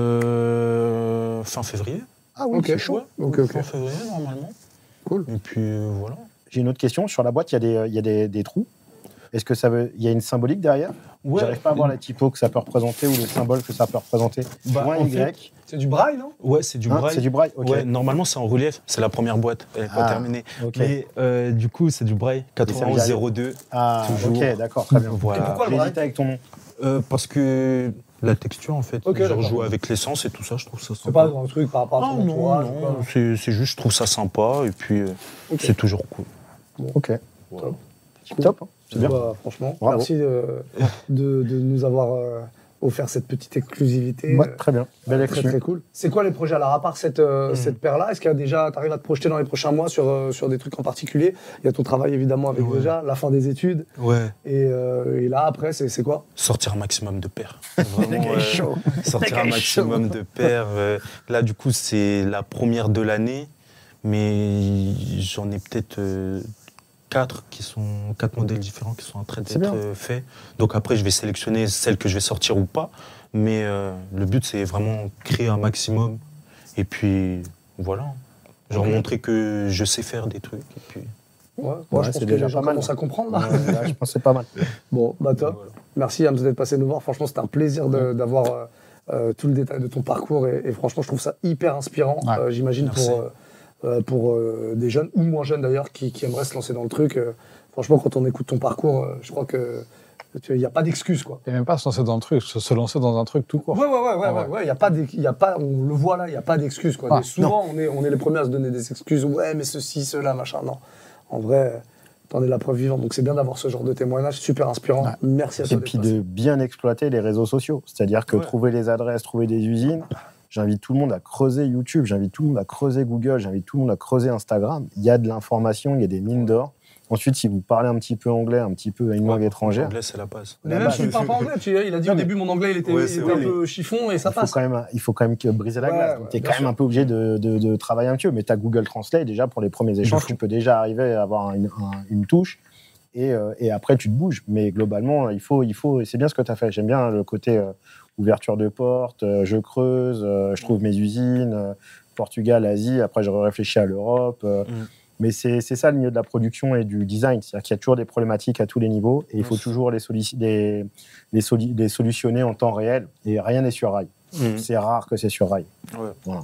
Speaker 4: Euh, fin février.
Speaker 2: Ah
Speaker 1: oui, Ok. c'est chaud.
Speaker 4: Ouais,
Speaker 1: Ok, ok.
Speaker 4: Fin février, normalement.
Speaker 1: Cool.
Speaker 4: Et puis euh, voilà.
Speaker 2: J'ai une autre question. Sur la boîte, il y a des, il y a des, des trous. Est-ce que ça veut. Il y a une symbolique derrière J'arrive pas à voir la typo que ça peut représenter ou le symbole que ça peut représenter.
Speaker 4: Bah,
Speaker 2: Moins
Speaker 4: en fait,
Speaker 2: Y.
Speaker 1: C'est du braille, non
Speaker 4: ouais, c'est du
Speaker 2: Hein,
Speaker 4: braille.
Speaker 2: c'est du braille. Ok.
Speaker 4: Ouais, normalement, c'est en relief. C'est la première boîte. Elle n'est pas
Speaker 2: Ah.
Speaker 4: terminée.
Speaker 2: Ok.
Speaker 4: Mais euh, du coup, c'est du braille.
Speaker 2: ça veut dire-
Speaker 4: 9102.
Speaker 2: Ah,
Speaker 4: Toujours.
Speaker 2: ok, d'accord, très bien.
Speaker 4: Voilà. Et
Speaker 1: pourquoi le
Speaker 2: J'ai
Speaker 1: braille
Speaker 2: hésité avec ton nom.
Speaker 4: Euh, parce que la texture, en fait,
Speaker 1: Ok,
Speaker 4: genre
Speaker 1: d'accord.
Speaker 4: jouer avec l'essence et tout ça, je trouve ça
Speaker 1: C'est pas
Speaker 4: sympa.
Speaker 1: un grand truc par rapport à
Speaker 4: Ah
Speaker 1: ton
Speaker 4: non,
Speaker 1: entourage ou
Speaker 4: non,
Speaker 1: quoi.
Speaker 4: c'est c'est juste, je trouve ça sympa et puis euh,
Speaker 1: Ok.
Speaker 4: c'est toujours cool.
Speaker 2: Ok.
Speaker 4: Voilà.
Speaker 1: Cool.
Speaker 2: Top. hein. C'est bien.
Speaker 1: Bah, franchement,
Speaker 2: Bravo.
Speaker 1: merci de, de, de nous avoir euh, offert cette petite exclusivité.
Speaker 2: Ouais,
Speaker 1: euh,
Speaker 2: très Hmm. bien. Belle
Speaker 1: Très
Speaker 2: action.
Speaker 1: très cool. C'est quoi les projets Alors à part cette, euh,
Speaker 4: Mm.
Speaker 1: cette paire-là, est-ce qu'il y a déjà, t'arrives à te projeter dans les prochains mois sur, euh, sur des trucs en particulier Il y a ton travail évidemment avec
Speaker 4: Ouais.
Speaker 1: déjà, la fin des études,
Speaker 4: Ouais,
Speaker 1: et, euh, et là après c'est c'est quoi
Speaker 4: sortir un maximum de paires. Vraiment, euh, sortir un
Speaker 2: gars est
Speaker 4: maximum de paires. euh, là, du coup, c'est la première de l'année, mais j'en ai peut-être euh, quatre qui sont quatre modèles différents qui sont en train
Speaker 2: C'est
Speaker 4: d'être
Speaker 2: bien.
Speaker 4: euh, faits. Donc après, je vais sélectionner celles que je vais sortir ou pas. Mais euh, le but, c'est vraiment créer un maximum. Et puis voilà, genre
Speaker 1: Ok.
Speaker 4: montrer que je sais faire des trucs. Et puis,
Speaker 1: Ouais, moi,
Speaker 2: Ouais,
Speaker 1: je pense
Speaker 2: c'est
Speaker 1: que
Speaker 2: déjà
Speaker 1: les gens
Speaker 2: pas mal,
Speaker 1: commencent
Speaker 2: hein.
Speaker 1: à comprendre. là.
Speaker 2: Ouais, là, je pense que c'est pas mal.
Speaker 1: Bon, bah top.
Speaker 4: voilà.
Speaker 1: Merci Yams d'être passé nous voir. Franchement, c'était un plaisir de- d'avoir euh, euh, tout le détail de ton parcours et, et franchement, je trouve ça hyper inspirant.
Speaker 3: Ouais.
Speaker 1: euh, J'imagine
Speaker 4: Merci.
Speaker 1: pour, euh, euh, pour euh, des jeunes ou moins jeunes d'ailleurs qui, qui aimeraient se lancer dans le truc. euh, franchement, quand on écoute ton parcours, euh, je crois que il n'y a pas d'excuse quoi.
Speaker 3: Et même pas se lancer dans le truc, se se lancer dans un truc tout court.
Speaker 1: Ouais, ouais, ouais, ouais,
Speaker 3: Ah
Speaker 1: ouais,
Speaker 3: ouais.
Speaker 1: ouais, y a pas d'ex- y a pas, on le voit là, il n'y a pas d'excuses. quoi.
Speaker 3: Ah,
Speaker 1: Des- souvent, on est, on est les premiers à se donner des excuses. Ouais, mais ceci, cela, machin. Non. En vrai, euh, t'en es la preuve vivante. Donc, c'est bien d'avoir ce genre de témoignage, super inspirant.
Speaker 3: Ouais.
Speaker 1: Merci à toi.
Speaker 2: Et
Speaker 1: d'être
Speaker 2: puis
Speaker 1: passé.
Speaker 2: de bien exploiter les réseaux sociaux. C'est-à-dire que
Speaker 4: Ouais.
Speaker 2: trouver les adresses, trouver des usines. J'invite tout le monde à creuser YouTube, j'invite tout le monde à creuser Google, j'invite tout le monde à creuser Instagram. Il y a de l'information, il y a des mines d'or. Ensuite, si vous parlez un petit peu anglais, un petit peu une langue étrangère,
Speaker 4: L'anglais, c'est la base.
Speaker 1: Mais
Speaker 2: Là-bas,
Speaker 1: même s'il
Speaker 2: je-
Speaker 1: parle pas anglais, tu vois, il a dit
Speaker 2: Non,
Speaker 1: au
Speaker 2: mais-
Speaker 1: début mon anglais il était,
Speaker 4: Ouais,
Speaker 1: il
Speaker 4: c'est
Speaker 1: était un
Speaker 4: vrai,
Speaker 1: peu chiffon et ça
Speaker 2: il faut,
Speaker 1: passe.
Speaker 2: quand même, il faut quand même que briser la
Speaker 1: Ouais,
Speaker 2: glace.
Speaker 1: ouais,
Speaker 2: Donc, tu es
Speaker 1: bien
Speaker 2: quand même un peu obligé de, de- de travailler un petit peu. Mais tu as Google Translate déjà pour les premiers échanges. Tu peux déjà arriver à avoir une, un- une touche et, euh, et après, tu te bouges. Mais globalement, il faut. Il faut et c'est bien ce que tu as fait. J'aime bien le côté euh, ouverture de porte, euh, je creuse, euh, je trouve mes usines, euh, Portugal, Asie. Après, j'aurais réfléchi à l'Europe. euh,
Speaker 4: Mm.
Speaker 2: Mais c'est c'est ça le milieu de la production et du design. C'est-à-dire qu'il y a toujours des problématiques à tous les niveaux et il faut
Speaker 4: Yes.
Speaker 2: toujours les, sollici- les, les, soli- les solutionner en temps réel. Et rien n'est sur rail. C'est rare que c'est sur rail.
Speaker 4: Mmh. Ouais.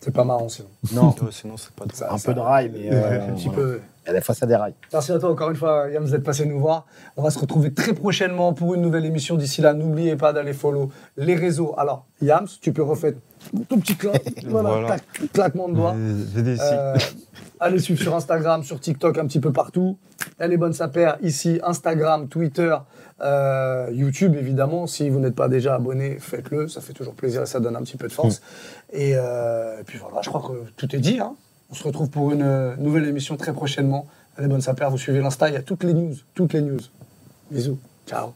Speaker 1: C'est pas marrant sinon.
Speaker 2: Non,
Speaker 4: Ouais, sinon, c'est pas drôle.
Speaker 1: Ça-
Speaker 2: un
Speaker 1: Bah, ça-
Speaker 2: peu de rail, mais euh,
Speaker 1: un petit
Speaker 2: voilà.
Speaker 1: peu.
Speaker 2: à la fois ça déraille.
Speaker 1: Merci à toi encore une fois, Yams, d'être passé nous voir. On va se retrouver très prochainement pour une nouvelle émission. D'ici là, n'oubliez pas d'aller follow les réseaux. Alors, Yams, tu peux refaire ton petit cla- voilà,
Speaker 4: Voilà.
Speaker 1: tac, claquement de doigts.
Speaker 4: Euh, J'ai des
Speaker 1: Euh, allez suivre sur Instagram, sur TikTok, un petit peu partout. Elle est bonne sa paire ici, Instagram, Twitter, euh, YouTube évidemment. Si vous n'êtes pas déjà abonné, faites-le, ça fait toujours plaisir et ça donne un petit peu de force. Et, euh, et puis voilà, je crois que tout est dit. hein. On se retrouve pour une euh, nouvelle émission très prochainement. Elle est bonne sa paire, vous suivez l'Insta, il y a toutes les news, toutes les news. Bisous, ciao.